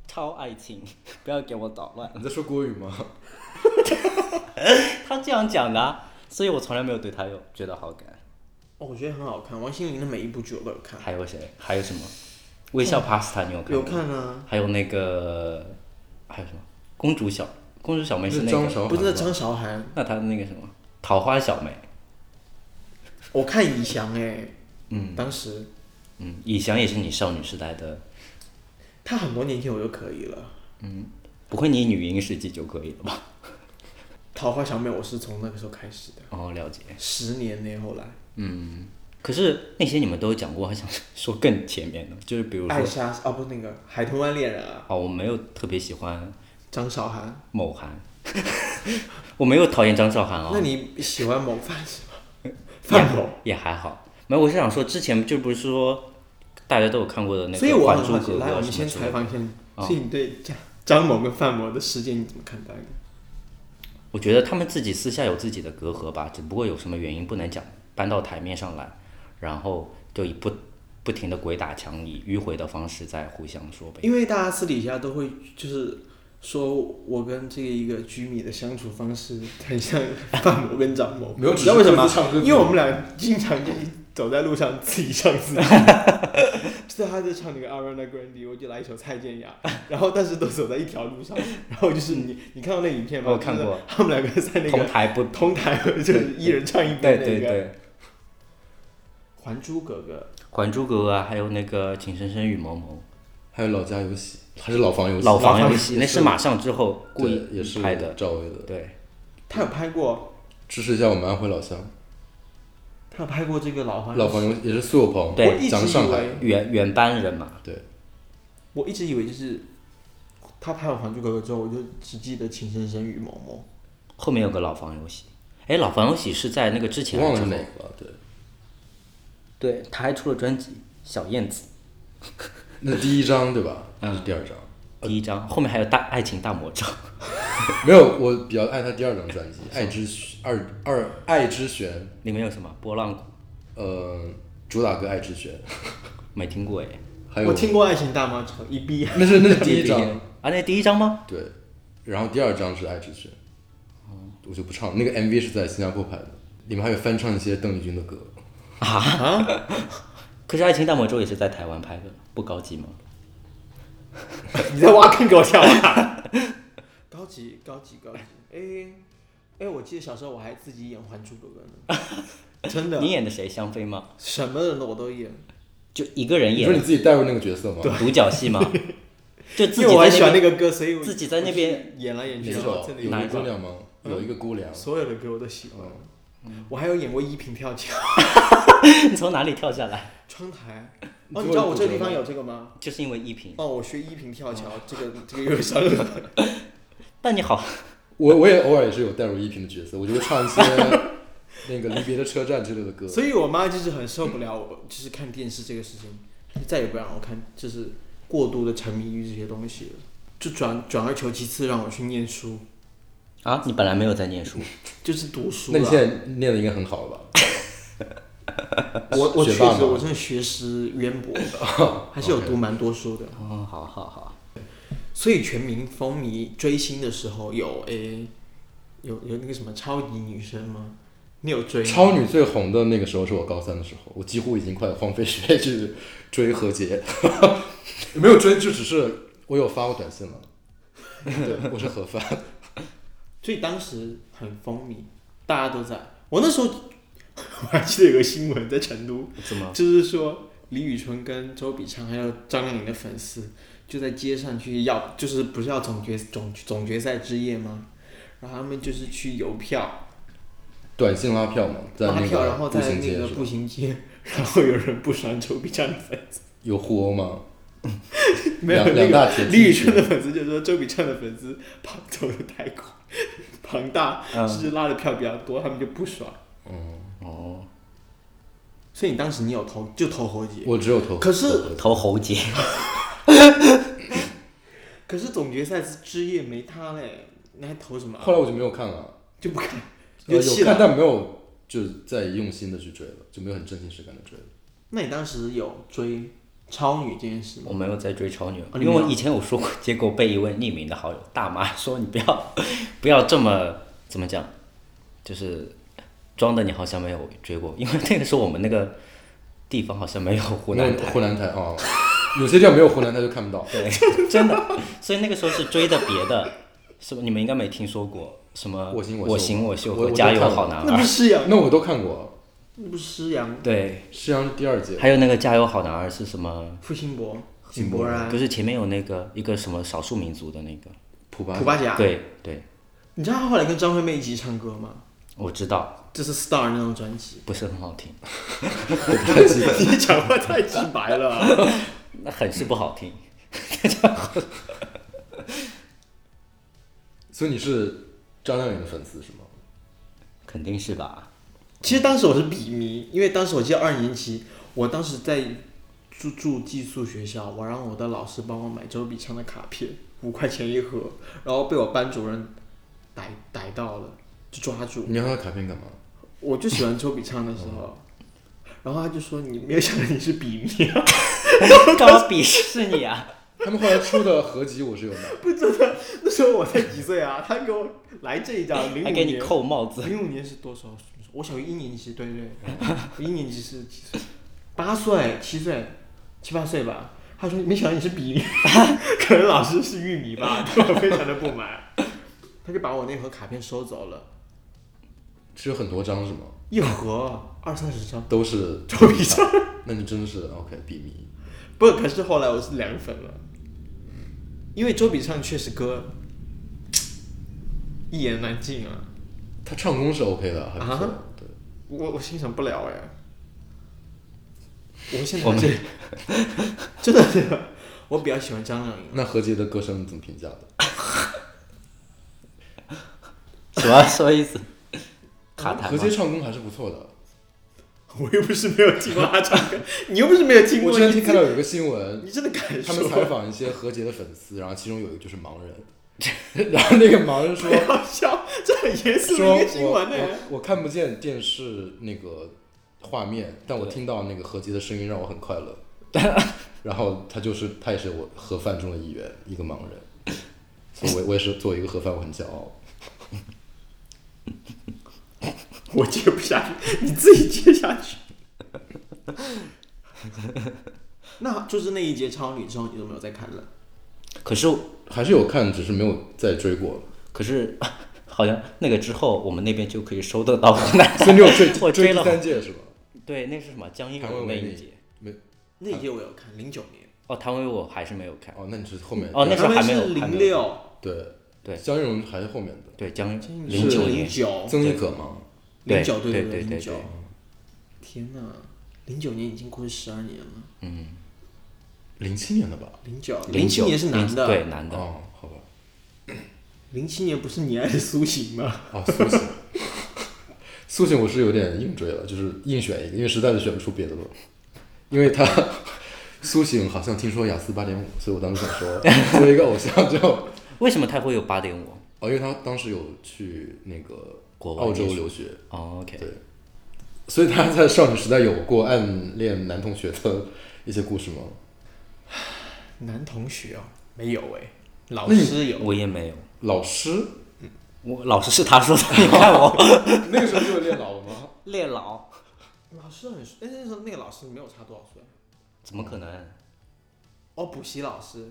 超爱卿，不要给我捣乱。
你在说国语吗？
他这样讲的啊、所以我从来没有对他有觉得好感。
哦，我觉得很好看，王心凌的每一部剧我都有看，
还有谁？还有什么？微笑 Pasta 你有看
有
吗？
看啊，
还有那个还有什么？公主小公主小梅是那
张
个，
韶涵
不
吧
是张韶涵，
那他的那个什么桃花小梅，
我看以翔哎，
嗯
当时
嗯，以翔也是你少女时代的，
他很多年前我就可以了。
不会你女音时期就可以了吧？
桃花小妹，我是从那个时候开始的，
哦，了解。
十年内后来，
嗯，可是那些你们都有讲过，我还想说更前面的，就是比如
艾
说，
莎啊不那个海豚湾恋人啊，
哦，我没有特别喜欢
张韶涵。
某 韩，我没有讨厌张韶涵哦，
那你喜欢某范是吗？ 范某，
也还好。没有，我是想说，之前就不是说大家都有看过的那
所以
个《
我
还
很
珠
好奇，
格格
来，我》们
什么
先
之
采
类的，
访一下你，
啊
所以你对张张某跟范某的事件你怎么看待呢？
我觉得他们自己私下有自己的隔阂吧，只不过有什么原因不能讲，搬到台面上来，然后就以不不停的鬼打墙，以迂回的方式在互相说呗。
因为大家私底下都会就是说我跟这一个居米的相处方式很像范某跟张某，
没有
你知道为什么吗
只是各自唱各？自
因为我们俩经常就是走在路上自己唱 自己。就是他在唱那个 Ariana Grande，我就来一首蔡健雅，然后但是都走在一条路上，然后就是你你看到那影片吗？
嗯哦我看过，
他们两个在那
同
个
台不，
同台，就是一人唱一
对
遍那
对
个《
对。
还珠格格》。
《还珠格格》啊，还有那个《情深深雨蒙蒙
还有老家有喜，还是老房有》，喜？
老房
有
游戏，那是马上之后故
对，也
意
是
拍的。
赵薇的。
对，
他有拍过，
支持一下我们安徽老乡，
他有拍过这个老黄
老房有也是苏有朋，
对
我一
讲
直
上
以
海
为，
原原班人马，
对，
我一直以为就是他拍完《还珠格格》之后，我就只记得《情深深雨蒙蒙》。
后面有个老房游戏。哎，老房游戏是在那个之前
我忘
还
了
是
是
之
哪
后？
个了。对，
对，他还出了专辑《小燕子
那第一章对吧？
嗯
还是第二章？》
第一张，后面还有大爱情大魔咒。
没有，我比较爱他第二张专
嗯
辑《爱之旋二二爱之旋》，
里面有什么？波浪鼓
呃，主打歌《爱之旋》，
没听过哎。
还有
我听过《爱情大魔头》一闭眼，
那是那是第一张，
啊，那第一张吗？
对，然后第二张是《爱之旋》，我就不唱，那个 MV 是在新加坡拍的，里面还有翻唱一些邓丽君的歌，
可是《爱情大魔咒》也是在台湾拍的，不高级吗？
你在挖坑给我跳啊！ 高级，高级，高级！哎哎，我记得小时候我还自己演《还珠格格》 呢，真的
你，演的谁？香妃吗？
什么人的我都演，
就一个人
你说你
演
自己带入那个角色吗？
独角 戏吗？就自己
因为我
在
很喜
那
欢
边
那个歌，所以我
自己在那边
演来演
哪
去，然
首
后真？的
有
哪
一
一
个
个
姑娘吗？有一个姑娘，
所有的歌我都喜欢。我还有演过一平跳墙
你 从哪里跳下来？
窗台，
你
嗯哦，
做
你知道
了
我
骨
这
折
个地方
吗
有这个吗？
就是因为依萍。
哦，我学一平跳桥，这个这个又伤了。
但你好，
我我也偶尔也是有带入依萍的角色，我就会唱一些那个离别的车站之类的 歌。
所以我妈就是很受不了我，就是看电视这个事情，她就再也不让我看，就是过度的沉迷于这些东西了，就转转而求其次让我去念书。
啊，你本来没有在念书，
就是读书啊
那你
啦。
现在念的应该很好了吧？
我我确
学霸
实
吗哦
我真的学识渊博的，还是有读蛮多书的。
哦，好好好，
所以全民风靡追星的时候有，诶，有有那个什么超级女生吗？你有追吗
超女最红的那个时候是我高三的时候，我几乎已经快荒废学业去追何洁， 没有追，就只是我有发过短信了。 对，我是盒饭。
所以当时很风靡，大家都在。我那时候 我还记得有个新闻在成都，
怎么？
就是说李宇春跟周笔畅还有张靓颖的粉丝就在街上去要，就是不是要总决总总决赛之夜吗？然后他们就是去邮票
短信拉票嘛，在
拉
那
票，然后
个步
在
行
那
街
个
是吧
步行街， 然后有人不爽周 笔畅的粉丝，
有互殴吗？
没有
两
那
两
个
大铁
李宇
梯
春的粉丝就说周笔畅的粉丝庞走的太快，庞大
嗯，
是拉的票比较多，他们就不爽。
嗯，
哦，
所以你当时你有投就投侯杰，
我只有投。
可是
投何洁
投喉结，
可是总决赛之夜没他嘞，你还投什么啊？
后来我就没有看了，
就不看，
呃 有
就弃
看
了。
但没有就在用心的去追了，就没有很真情实感的追了。
那你当时有追超女这件事吗？
我没有在追超女，
哦
因
你
为
没有
我以前有说过，结果被一位匿名的好友大骂，说你不要不要这么怎么讲，就是装的你好像没有追过，因为那个时候我们那个地方好像没有湖南
没有
台，
湖南台啊， 有些地方没有湖南台就看 不到。
对，真的，所以那个时候是追的别的，什么你们应该没听说过什么
我行我
我
秀
行我秀
我
和
我都
加油
看了
好男
那不
儿，
是施洋，
那我都看过，
那不是施洋、
对，
施洋是第二届，
还有那个加油好男儿是什么？
傅辛博、
井
井
柏
柏
然
然、
不是前面有那个一个什么少数民族的那个？
普巴
普巴甲。
对对，
你知道他后来跟张惠妹一起唱歌吗？
我知道，
这是《Star》那张专辑。
不是很好听，
我不太记得。
你讲话太直白了啊、
那很是不好听。
所以你是张靓颖的粉丝是吗？
肯定是吧？
其实当时我是笔迷，因为当时我记得二年级，我当时在住住寄宿学校，我让我的老师帮我买周笔畅的卡片，五块钱一盒，然后被我班主任逮逮到了，就抓住。
你要他卡片干嘛？
我就喜欢周笔畅的时
哦
候，然后他就说你没有想到你是笔迷啊，
干嘛鄙视你啊？
他们后来出的合集我是有买，
那时候我才几岁啊，他给我来这一张，零五
还给你
年，
扣帽子，
零五年是多少？我小学一年级，对对，我一年级是几岁？八岁、七岁、七八岁吧。他说：“没想到你是笔 迷，可能老师是玉米吧。”对我非常的不满，他就把我那盒卡片收走了，
是有很多张是吗？
一盒二三十张。
都是啊
周笔畅，
那你真的是 OK 笔迷。
不，可是后来我是凉粉了，因为周笔畅确实歌一言难尽啊，
他唱功是 OK 的，还不错。
啊
对，
我我欣赏不了哎、我现在
我
还是 真的是，我比较喜欢张靓颖，
那何洁的歌声你怎么评价的？
什么什么意思？卡
啊
痰
何洁
吗？
唱功还是不错的。
我又不是没有听过她唱歌，你又不是没有听
我之
过，
前
你
听看到有一个新闻，
你真的敢
他们
说？
采访一些何洁的粉丝，然后其中有一个就是盲人， 然后那个盲 人说
不要笑，这很严肃
说我
的一个新闻呢、
我我看不见电视那个画面，但我
对
听到那个何洁的声音让我很快 乐。然后他就是他也是我盒饭中的一员，一个盲人，所以我我也是作为一个盒饭我很骄傲。
我接不下去，你自己接下去。 那就是那一节超女之后，你都没有再看了。
可是
还是有看，只是没有再追过了。
可是， 好像那个之后我们那边就可以收得到湖 南。
所以你有追
我追
第
了
三届是吧？
对，那是什么？江一
谭维
龙那
维
一
那
节。
那一届我有看，零九年，
哦，谭维维我还是没有看。
哦，那你是后面
哦那时候
他们
还没有
是
还没
零
有
六，
对
对哦
江一荣还是后面的
对，江
是
零九
零
年。
九，
曾轶可吗？
对
零九对
对对
零
对
九
对。
天哪，零九年已经过去十二年了。
嗯，
零七年的吧？
零九
零
七
九
年是男 的，
对，男的。
哦，好吧，
零七年不是你爱的苏醒吗？
哦，苏醒， 苏醒我是有点硬追了，就是硬选一个，因为实在是选不出别的了。因为他苏醒好 像听说雅思八点五，所以我当时想说，作为一个偶像就
为什么他会有八点五？
哦，因为他当时有去那个
国外
澳洲
念书
留学，
哦，OK，
对所以他在少女时代有过暗恋男同学的一些故事吗？
男同学哦，没有哎、老
那你
师有，
我也没有，
老师，
我老师是他说的，你看我
那个时候就有恋老了吗？
练老，
老师很帅，但是那时候那个老师没有差多少岁啊。
怎么可能？
哦，补习老师，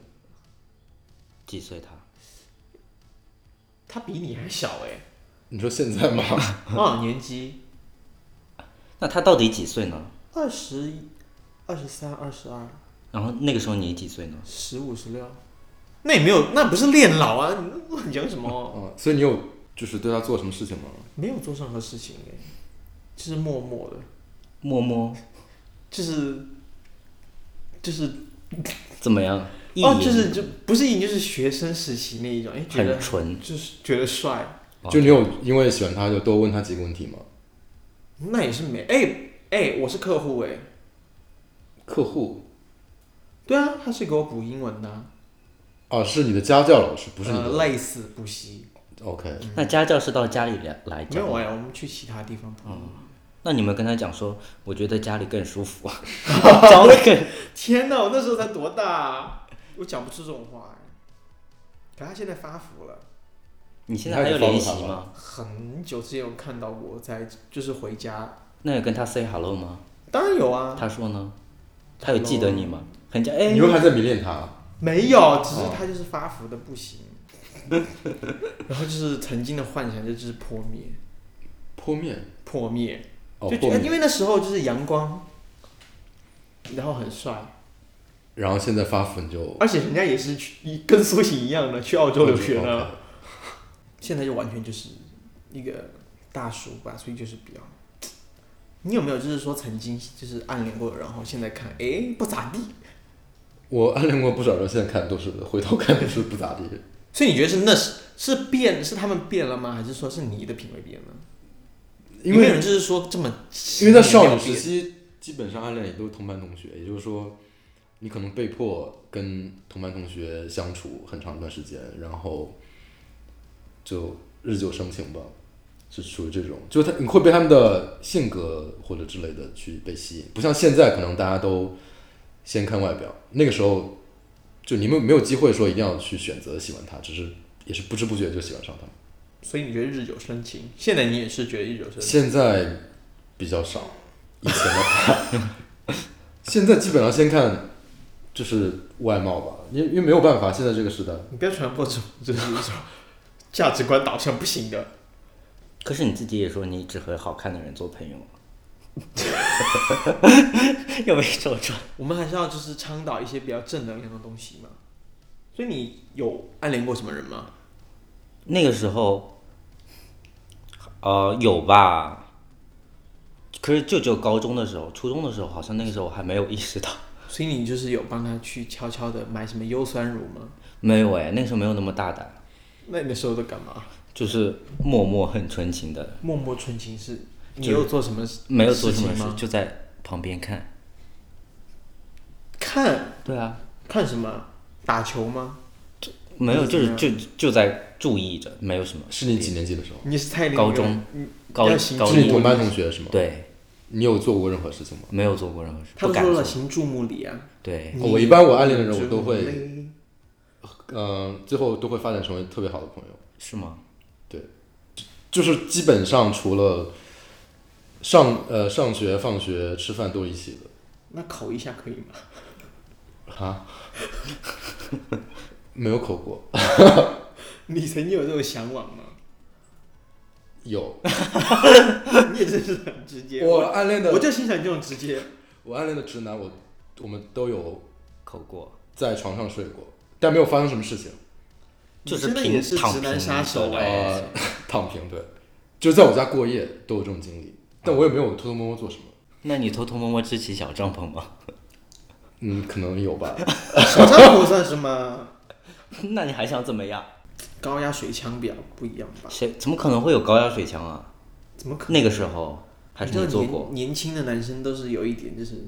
几岁他？
他比你还小哎、
你说现在吗？
二年级，
那他到底几岁呢？
二十、二十三、二十二、
然后那个时候你几岁呢？
十五、十六，那也没有，那不是恋老啊！你乱讲什 么？
嗯，所以你有就是对他做什么事情吗？
没有做任何事情哎、就是默默的，
默默
就是就是
怎么样？意
哦，
淫
就是就不是已经就是学生时期那一种，哎、觉
很
得
纯，
就是觉得帅，
哦
就你有因为喜欢他就多问他几个问题吗？
那也是没哎哎、我是客户哎、
客户
对啊，他是给我补英文的啊、
啊，是你的家教老师，不是你
呃、
的。
类似补习，
OK，
那家教是到家里来来
没
教
有
吗？
哎、我们去其他地方补。
嗯
那你们跟他讲说，我觉得家里更舒服，啊教的更
天哪，我那时候才多大、啊，我讲不出这种话、哎。可他现在发福了，
你现在还有联系
你还有
吗？
很久之前我看到过，在就是回家，
那有跟他 say hello 吗？
当然有啊，
他说呢？他有记得你吗？很讲哎
你，又还在迷恋他？
没有，只是他就是发福的不行， 然后就是曾经的幻想就就是破灭，
泼面
破灭，
哦，
就
泼
觉得因
面。
为那时候就是阳光，然后很帅，
然后现在发福你就
而且人家也是去跟苏醒一样的去澳洲留学呢。
OK
现在就完全就是一个大叔吧，所以就是比较。你有没有就是说曾经就是暗恋过，然后现在看，哎、不咋地，
我暗恋过不少人，现在看都是回头看都是不咋地。
所以你觉得是那是是变是他们变了吗？还是说是你的品味变了？
因
有没有
为
人就是说这么
因为在少女时期，基本上暗恋也都是同班同学，也就是说，你可能被迫跟同班同学相处很长一段时间，然后就日久生情吧，是属于这种，就是他你会被他们的性格或者之类的去被吸引，不像现在可能大家都先看外表，那个时候就你们没有机会说一定要去选择喜欢他，只是也是不知不觉就喜欢上他。
所以你觉得日久生情？现在你也是觉得日久生 情？
现在比较少，以前的话， 现在基本上先看就是外貌吧，因为因为没有办法，现在这个时代，
你不要传播这种就是一种价值观导向不行的。
可是你自己也说你只和好看的人做朋友啊， 又没说出来。
我们还是要就是倡导一些比较正能量的东西嘛。所以你有暗恋过什么人吗？
那个时候，呃，有吧？可是就只有高中的时候，初中的时候好像那个时候还没有意识到，
所以你就是有帮他去悄悄的买什么优酸乳吗？
没有哎，那时候没有那么大胆，
那你那时候都干嘛？
就是默默很纯情的，
默默纯情是？你有做什么事？
没有做什么
事情
事，
吗？
就在旁边看。
看
对啊，
看什么？打球吗？
没有，
那
就
怎么
是就就在注意着，没有什么。
是你几年级的时候？
你是蔡琳
高中，高
要行
高
是你
一
同班同学是吗？
对，
你有做过任何事情吗？
没有做过任何事，
他
不
们
敢
说
做
了。行注目礼啊。
对，
我一般我暗恋的人我都会
注目礼
嗯、最后都会发展成为特别好的朋友，
是吗？
就是基本上除了上呃上学、放学、吃饭都一起的
那口一下可以吗？
哈， 没有口过，
你曾经有这种向往吗？
有
你也真是很直接。
我暗恋的
我就欣赏你这种直接。
我暗恋的直男，我我们都有
口过，
在床上睡过，但没有发生什么事情。
就是
你真的
平
也是
躺
直男
平
杀手
对
哎、
呃，躺平对，就是在我家过夜都有这种经历，但我也没有偷偷摸摸做什么。
那你偷偷摸摸支起小帐篷吗？
嗯，可能有吧。
小丈夫算什么？
那你还想怎么样？
高压水枪比较不一样吧？
谁怎么可能会有高压水枪啊？
怎么可能？
那个时候还是
知道
你做
年
过？
年轻的男生都是有一点就是，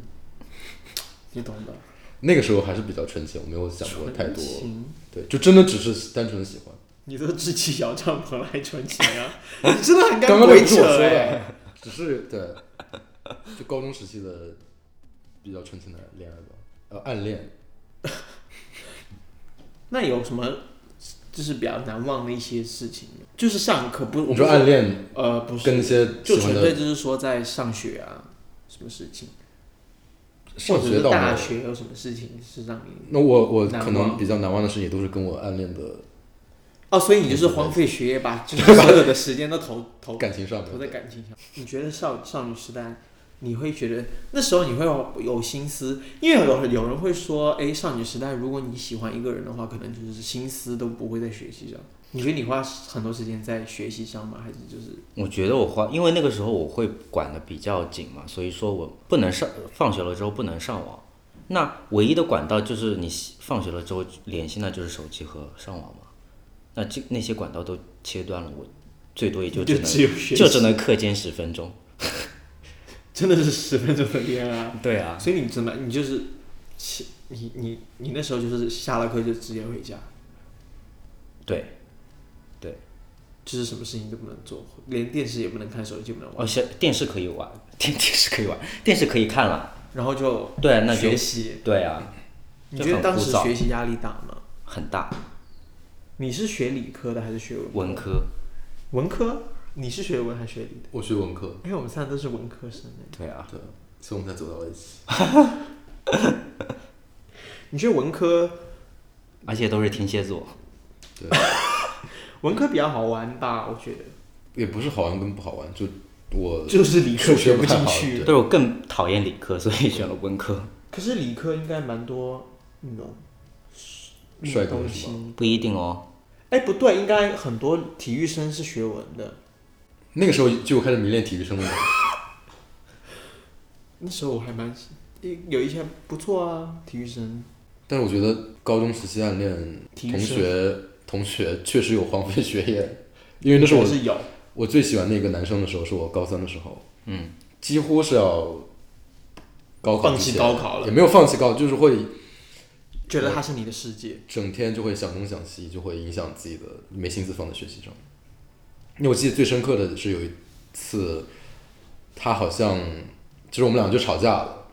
你懂的。
那个时候还是比较纯情，我没有想过太多
纯。情
对，就真的只是单纯的喜欢。
你都支起小帐篷来存钱啊？ 你真的很
刚
敢
刚那
鬼
不是
扯
我说
哎、
的，只是对，就高中时期的比较纯情的恋爱吧，呃，暗恋。
那有什么就是比较难忘的一些事情吗？就是上课不是我
你
们
说暗恋
呃不是，
跟那些
就
喜欢
纯粹
的
就是说在上学啊，什么事情，或
上
者
学
是
到没
大
有？
学有什么事情是让你
那我我
难
可
忘
能比较难忘的事情，也都是跟我暗恋的
哦，所以你就是荒废学业， 把就是所有的时间都投投
感情上
投
面。
在感情上。你觉得少少女时代，你会觉得那时候你会有有心思，因为有有人会说，哎，少女时代，如果你喜欢一个人的话，可能就是心思都不会在学习上。你觉得你花很多时间在学习上吗？还是就是
我觉得我花，因为那个时候我会管的比较紧嘛，所以说我不能上，放学了之后不能上网。那唯一的管道就是你放学了之后联系，那就是手机和上网嘛。那这那些管道都切断了，我最多也就只
就
能
只有学
就只
习？
能课间十分钟。
真的是十分钟的恋爱、
对啊，
所以你怎么你就是，你你你那时候就是下了课就直接回家，
对，
就是什么事情都不能做，连电视也不能看，手机也不能玩，
而且哦电视可以玩， 电电视可以玩，电视可以看了。
然后就
对，啊那就
学习。
对啊，
你
就
觉得
很
当
枯
时
燥
学习压力大吗？
很大
你是学理科的还是学文科？
文科。
文科？你是学文还是学理的？
我学文科，
因为我们三个都是文科生哎。
对啊，
对，所以我们才走到了一起。
你觉得文科
而且都是天蝎座。
对，
文科比较好玩吧？我觉得
也不是好玩跟不好玩，就我
就是理科
呃数学
学
不太
进
好
去。
对
对我更讨厌理科，所以选了文科。
可是理科应该蛮多那种那种
帅哥
东
是
西。
不一定哦。
哎，不对，应该很多体育生是学文的。
那个时候就开始迷恋体育生了。
那时候我还蛮有一些不错啊，体育生。
但是我觉得高中时期暗恋
体育
同
生
学，同学确实有荒废学业，因为那是
我
我
是有，
我最喜欢那个男生的时候，是我高三的时候，
嗯，
几乎是要高考
放
之
弃
前
高考了
也没有放弃高考，就是会
觉得他是你的世界。
整天就会想东想西，就会影响自己的没心思放在学习上。因为我记得最深刻的是有一次，他好像就是我们俩就吵架了，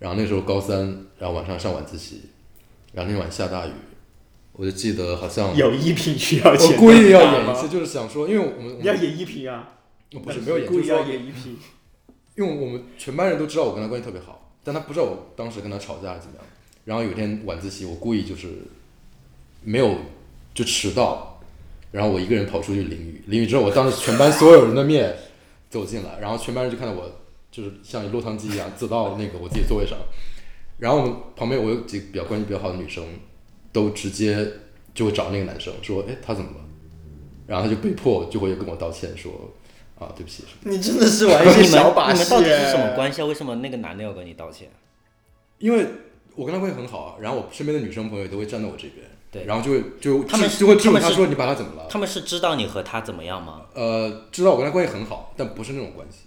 然后那时候高三，然后晚上上晚自习，然后那晚下大雨，我就记得好像
有一品需要
嗯我
钱，
故意要
你知道
演一
吗
次，就是想说，因为我们我
你要
们
演一品啊！
我不是没有演，
故
就
意
是
要
说，
演一品。
因为我们全班人都知道我跟他关系特别好，但他不知道我当时跟他吵架还是怎么样。然后有一天晚自习，我故意就是没有就迟到，然后我一个人跑出去淋雨，淋雨之后我当着全班所有人的面走进来，然后全班人就看到我就是像一落汤鸡一样走到那个我自己座位上，然后我们旁边我有几个比较关系比较好的女生，都直接就会找那个男生说，哎，他怎么了？然后他就被迫就会跟我道歉说，啊，对不起，
你真的是玩一
你
些
们
小把
你
戏
们到底是什么
哎？
关系啊？为什么那个男的要跟你道歉？
因为我跟他关系很好啊，然后我身边的女生朋友也都会站在我这边，
对
然后就会就
他们
就就会质问
他们
他
是
说你把他怎么了？
他们是知道你和他怎么样吗？
呃，知道我跟他关系很好，但不是那种关系，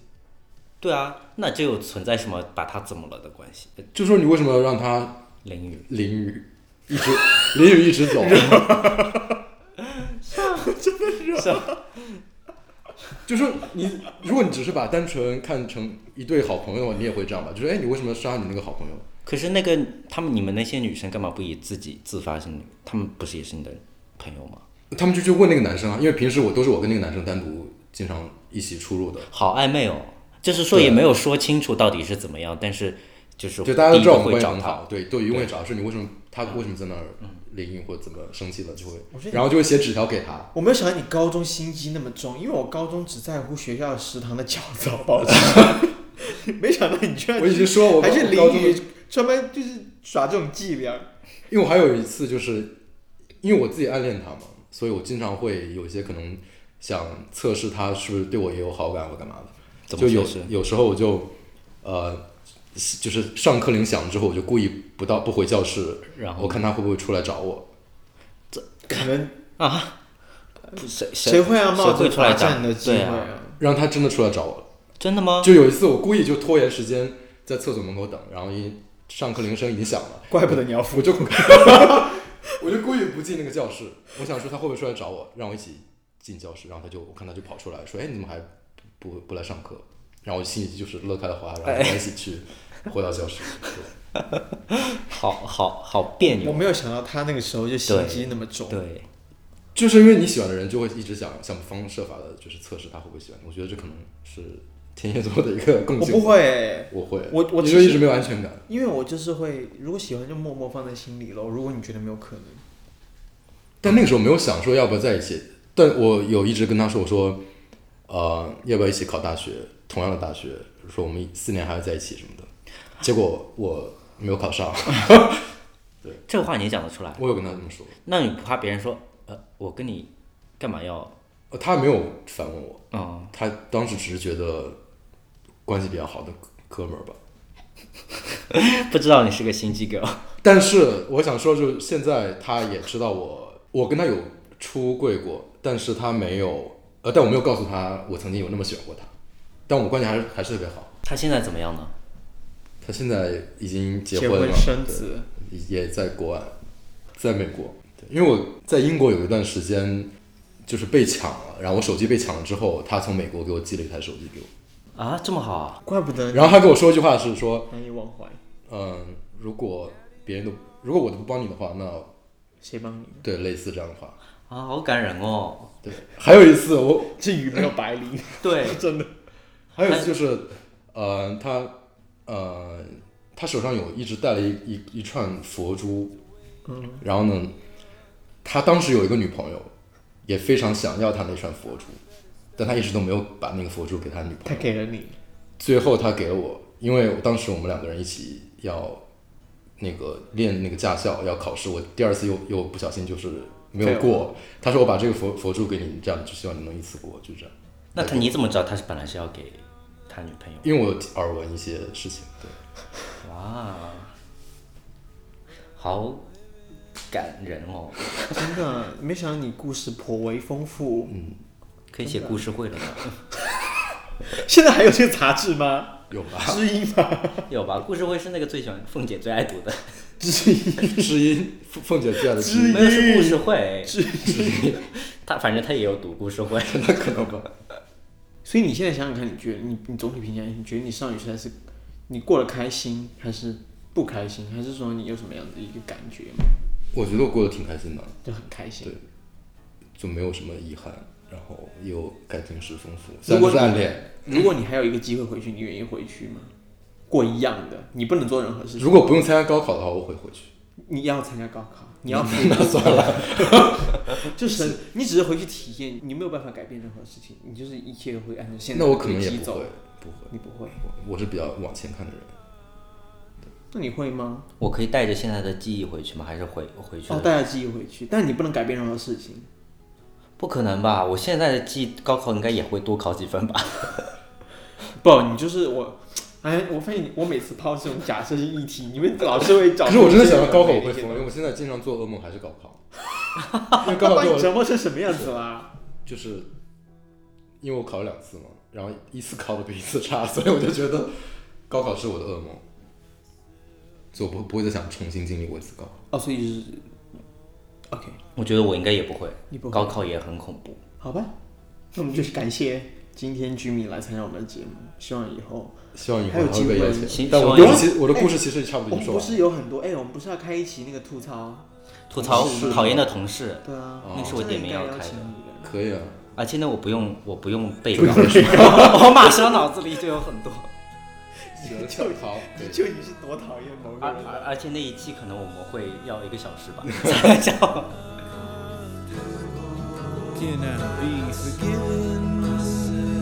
对啊，那就有存在什么把他怎么了的关系。呃
就说你为什么要让他
淋雨，
淋雨，一直 淋雨一直 走，
是吧
就说你如果你只是把单纯看成一对好朋友的话，你也会这样吧？就是哎，你为什么杀你那个好朋友？
可是那个他们你们那些女生干嘛不以自己自发性？他们不是也是你的朋友吗？
他们就去问那个男生啊，因为平时我都是我跟那个男生单独经常一起出入的，
好暧昧哦，就是说也
对
没有说清楚到底是怎么样，但是就是
就大家都知道我们
第
关
一个
系
会
很
找他。嗯
好，对，都一定会找说你为什么他为什么在那儿淋雨或怎么生气了，就会
我觉得，
然后就会写纸条给他。
我没有想到你高中心机那么重，因为我高中只在乎学校食堂的饺子，好不好吃？ 没想到你居然
我已经说我
还是
我高
淋
中，
雨，专门就是耍这种伎俩。
因为我还有一次就是，因为我自己暗恋他嘛，所以我经常会有一些可能想测试他是不是对我也有好感或干嘛的。
怎
就
么
有
解释？
有时候我就呃，就是上课铃响之后，我就故意不到不回教室，
然后
我看他会不会出来找我。
可能
啊，不谁
谁会要冒
谁
着
会出来
罚
找
站的机
对
会
啊？
啊？
让他真的出来找我了。
真的吗？
就有一次，我故意就拖延时间，在厕所门口等，然后一上课铃声已经响了，
怪不得你要付
我就我就故意不进那个教室，我想说他会不会出来找我，让我一起进教室，然后他就我看他就跑出来说，哎，你怎么还不不不来上课？然后我心里就是乐开了花，然后我们一起去回到教室。对
好好好别
我
扭。
没有想到他那个时候就心机那么重，
对，
就是因为你喜欢的人，就会一直想想方设法的，就是测试他会不会喜欢你。我觉得这可能是天蝎座的一个共
我
性。
不，会，
我会，
我我
你
其
就
实
一直没有安全感。
因为我就是会，如果喜欢就默默放在心里喽。如果你觉得没有可能，
但那个时候没有想说要不要在一起，但我有一直跟他说，我说，呃，要不要一起考大学，同样的大学，比如说我们四年还要在一起什么的。结果我没有考上，
这话你讲得出来，
我有跟他这么说，
那你不怕别人说，呃，我跟你干嘛要？
呃他没有反问我，
嗯，
他当时只是觉得关系比较好的哥们儿吧。
不知道你是个心机 girl。
但是我想说，就是现在他也知道我，我跟他有出柜过，但是他没有，呃，但我没有告诉他我曾经有那么喜欢过他，但我们关系还是还是特别好。
他现在怎么样呢？
他现在已经结
结
了
婚
嘛，
生子，
对也在国外，在美国。对因为我在英国有一段时间就是被抢了，然后我手机被抢了之后，他从美国给我寄了一台手机给我，
啊，这么好啊？
怪不得
然后他跟我说一句话是说，
难以忘怀。
嗯，如果别人都如果我都不帮你的话，那
谁帮 你？
对类似这样的话。
啊，好感人哦。
对，还有一次我
这鱼没有白鳞，
对，
真的。
还有一次就是，呃，他呃，他手上有一直戴了一一一串佛珠，嗯，然后呢，他当时有一个女朋友，也非常想要他那串佛珠，但他一直都没有把那个佛珠给他女朋
他
友，
给了你，
最后他给了我，因为我当时我们两个人一起要那个练那个驾校要考试，我第二次又又不小心就是没有过，他说我把这个佛佛珠给你，这样就希望你能一次过，就这样，
那他你怎么知道他是本来是要给他女朋友？
因为我耳闻一些事情，对。
哇，好感人哦，
真的，没想到你故事颇为丰富。
嗯可以写故事会了吧？
现在还有这个杂志 吗？
有吧？
啊
之一吗？
有吧？故事会是那个最喜欢凤姐最爱读的，
之一。
知音，凤凤姐最爱的知
知
音，
没有是故事会， 他反正他也有读故事会。
那可能吧。
所以你现在想想看，你觉得你你总体评价，你觉得你上语时代是你过得开心还是不开心，还是说你有什么样的一个感觉吗？
我觉得我过得挺开心的，
就很开心
对。就没有什么遗憾，然后也有感情是丰富，虽然
如果
都是暗恋。
如果你还有一个机会回去，你愿意回去吗？过一样的，你不能做任何事情。
如果不用参加高考的话，我会回去。
你要参加高 考，你要
那算了，
就是你只是回去体验，你没有办法改变任何事情，你就是一切会按照现在
那我可能
轨
也
迹
不
走
会。，不会。
你不会？
我我是比较往前看的人，
那你会吗？
我可以带着现在的记忆回去吗？还是回回去？
哦，带着记忆回去，但你不能改变任何事情。
不可能吧？我现在的记忆高考应该也会多考几分吧？
不，你就是我。哎，我发现你我每次抛这种假设性议题，你们老是会找。
可是我真的想到高考我会疯，因为我现在经常做噩梦还是高考， 因为高考
他把
对
你
我
折磨成什么样子啊啦？
就是，因为我考了两次嘛，然后一次考的比一次差， 所以我就觉得高考是我的噩梦，所以我不不会再想重新经历过一次高考。
哦，所以就是，OK，
我觉得我应该也不会，
你不会
高考也很恐怖。
好吧，那我们就是感谢今天居民来参加我们的节目，希望以后
希望以
还
后
有
还会
机
被
会
邀
希
请。但我
希
故
望
事
有
其实我的故事其实差不
我
多已
们
经说
不
完了。
是有很多哎，我们不是要开一期那个吐槽？
吐槽
是
讨厌的同事，
对啊，
那
是我
真的
点名
应该
要
邀
开
请
的
你的。
可以啊，
而且呢，我不用我不用背稿， 我马上脑子里就有很多。
行，就好，对
就你是多讨厌某
而
个人
而
啊！
而且那一期可能我们会要一个小时吧，才能讲完。
Can I be forgiven myself?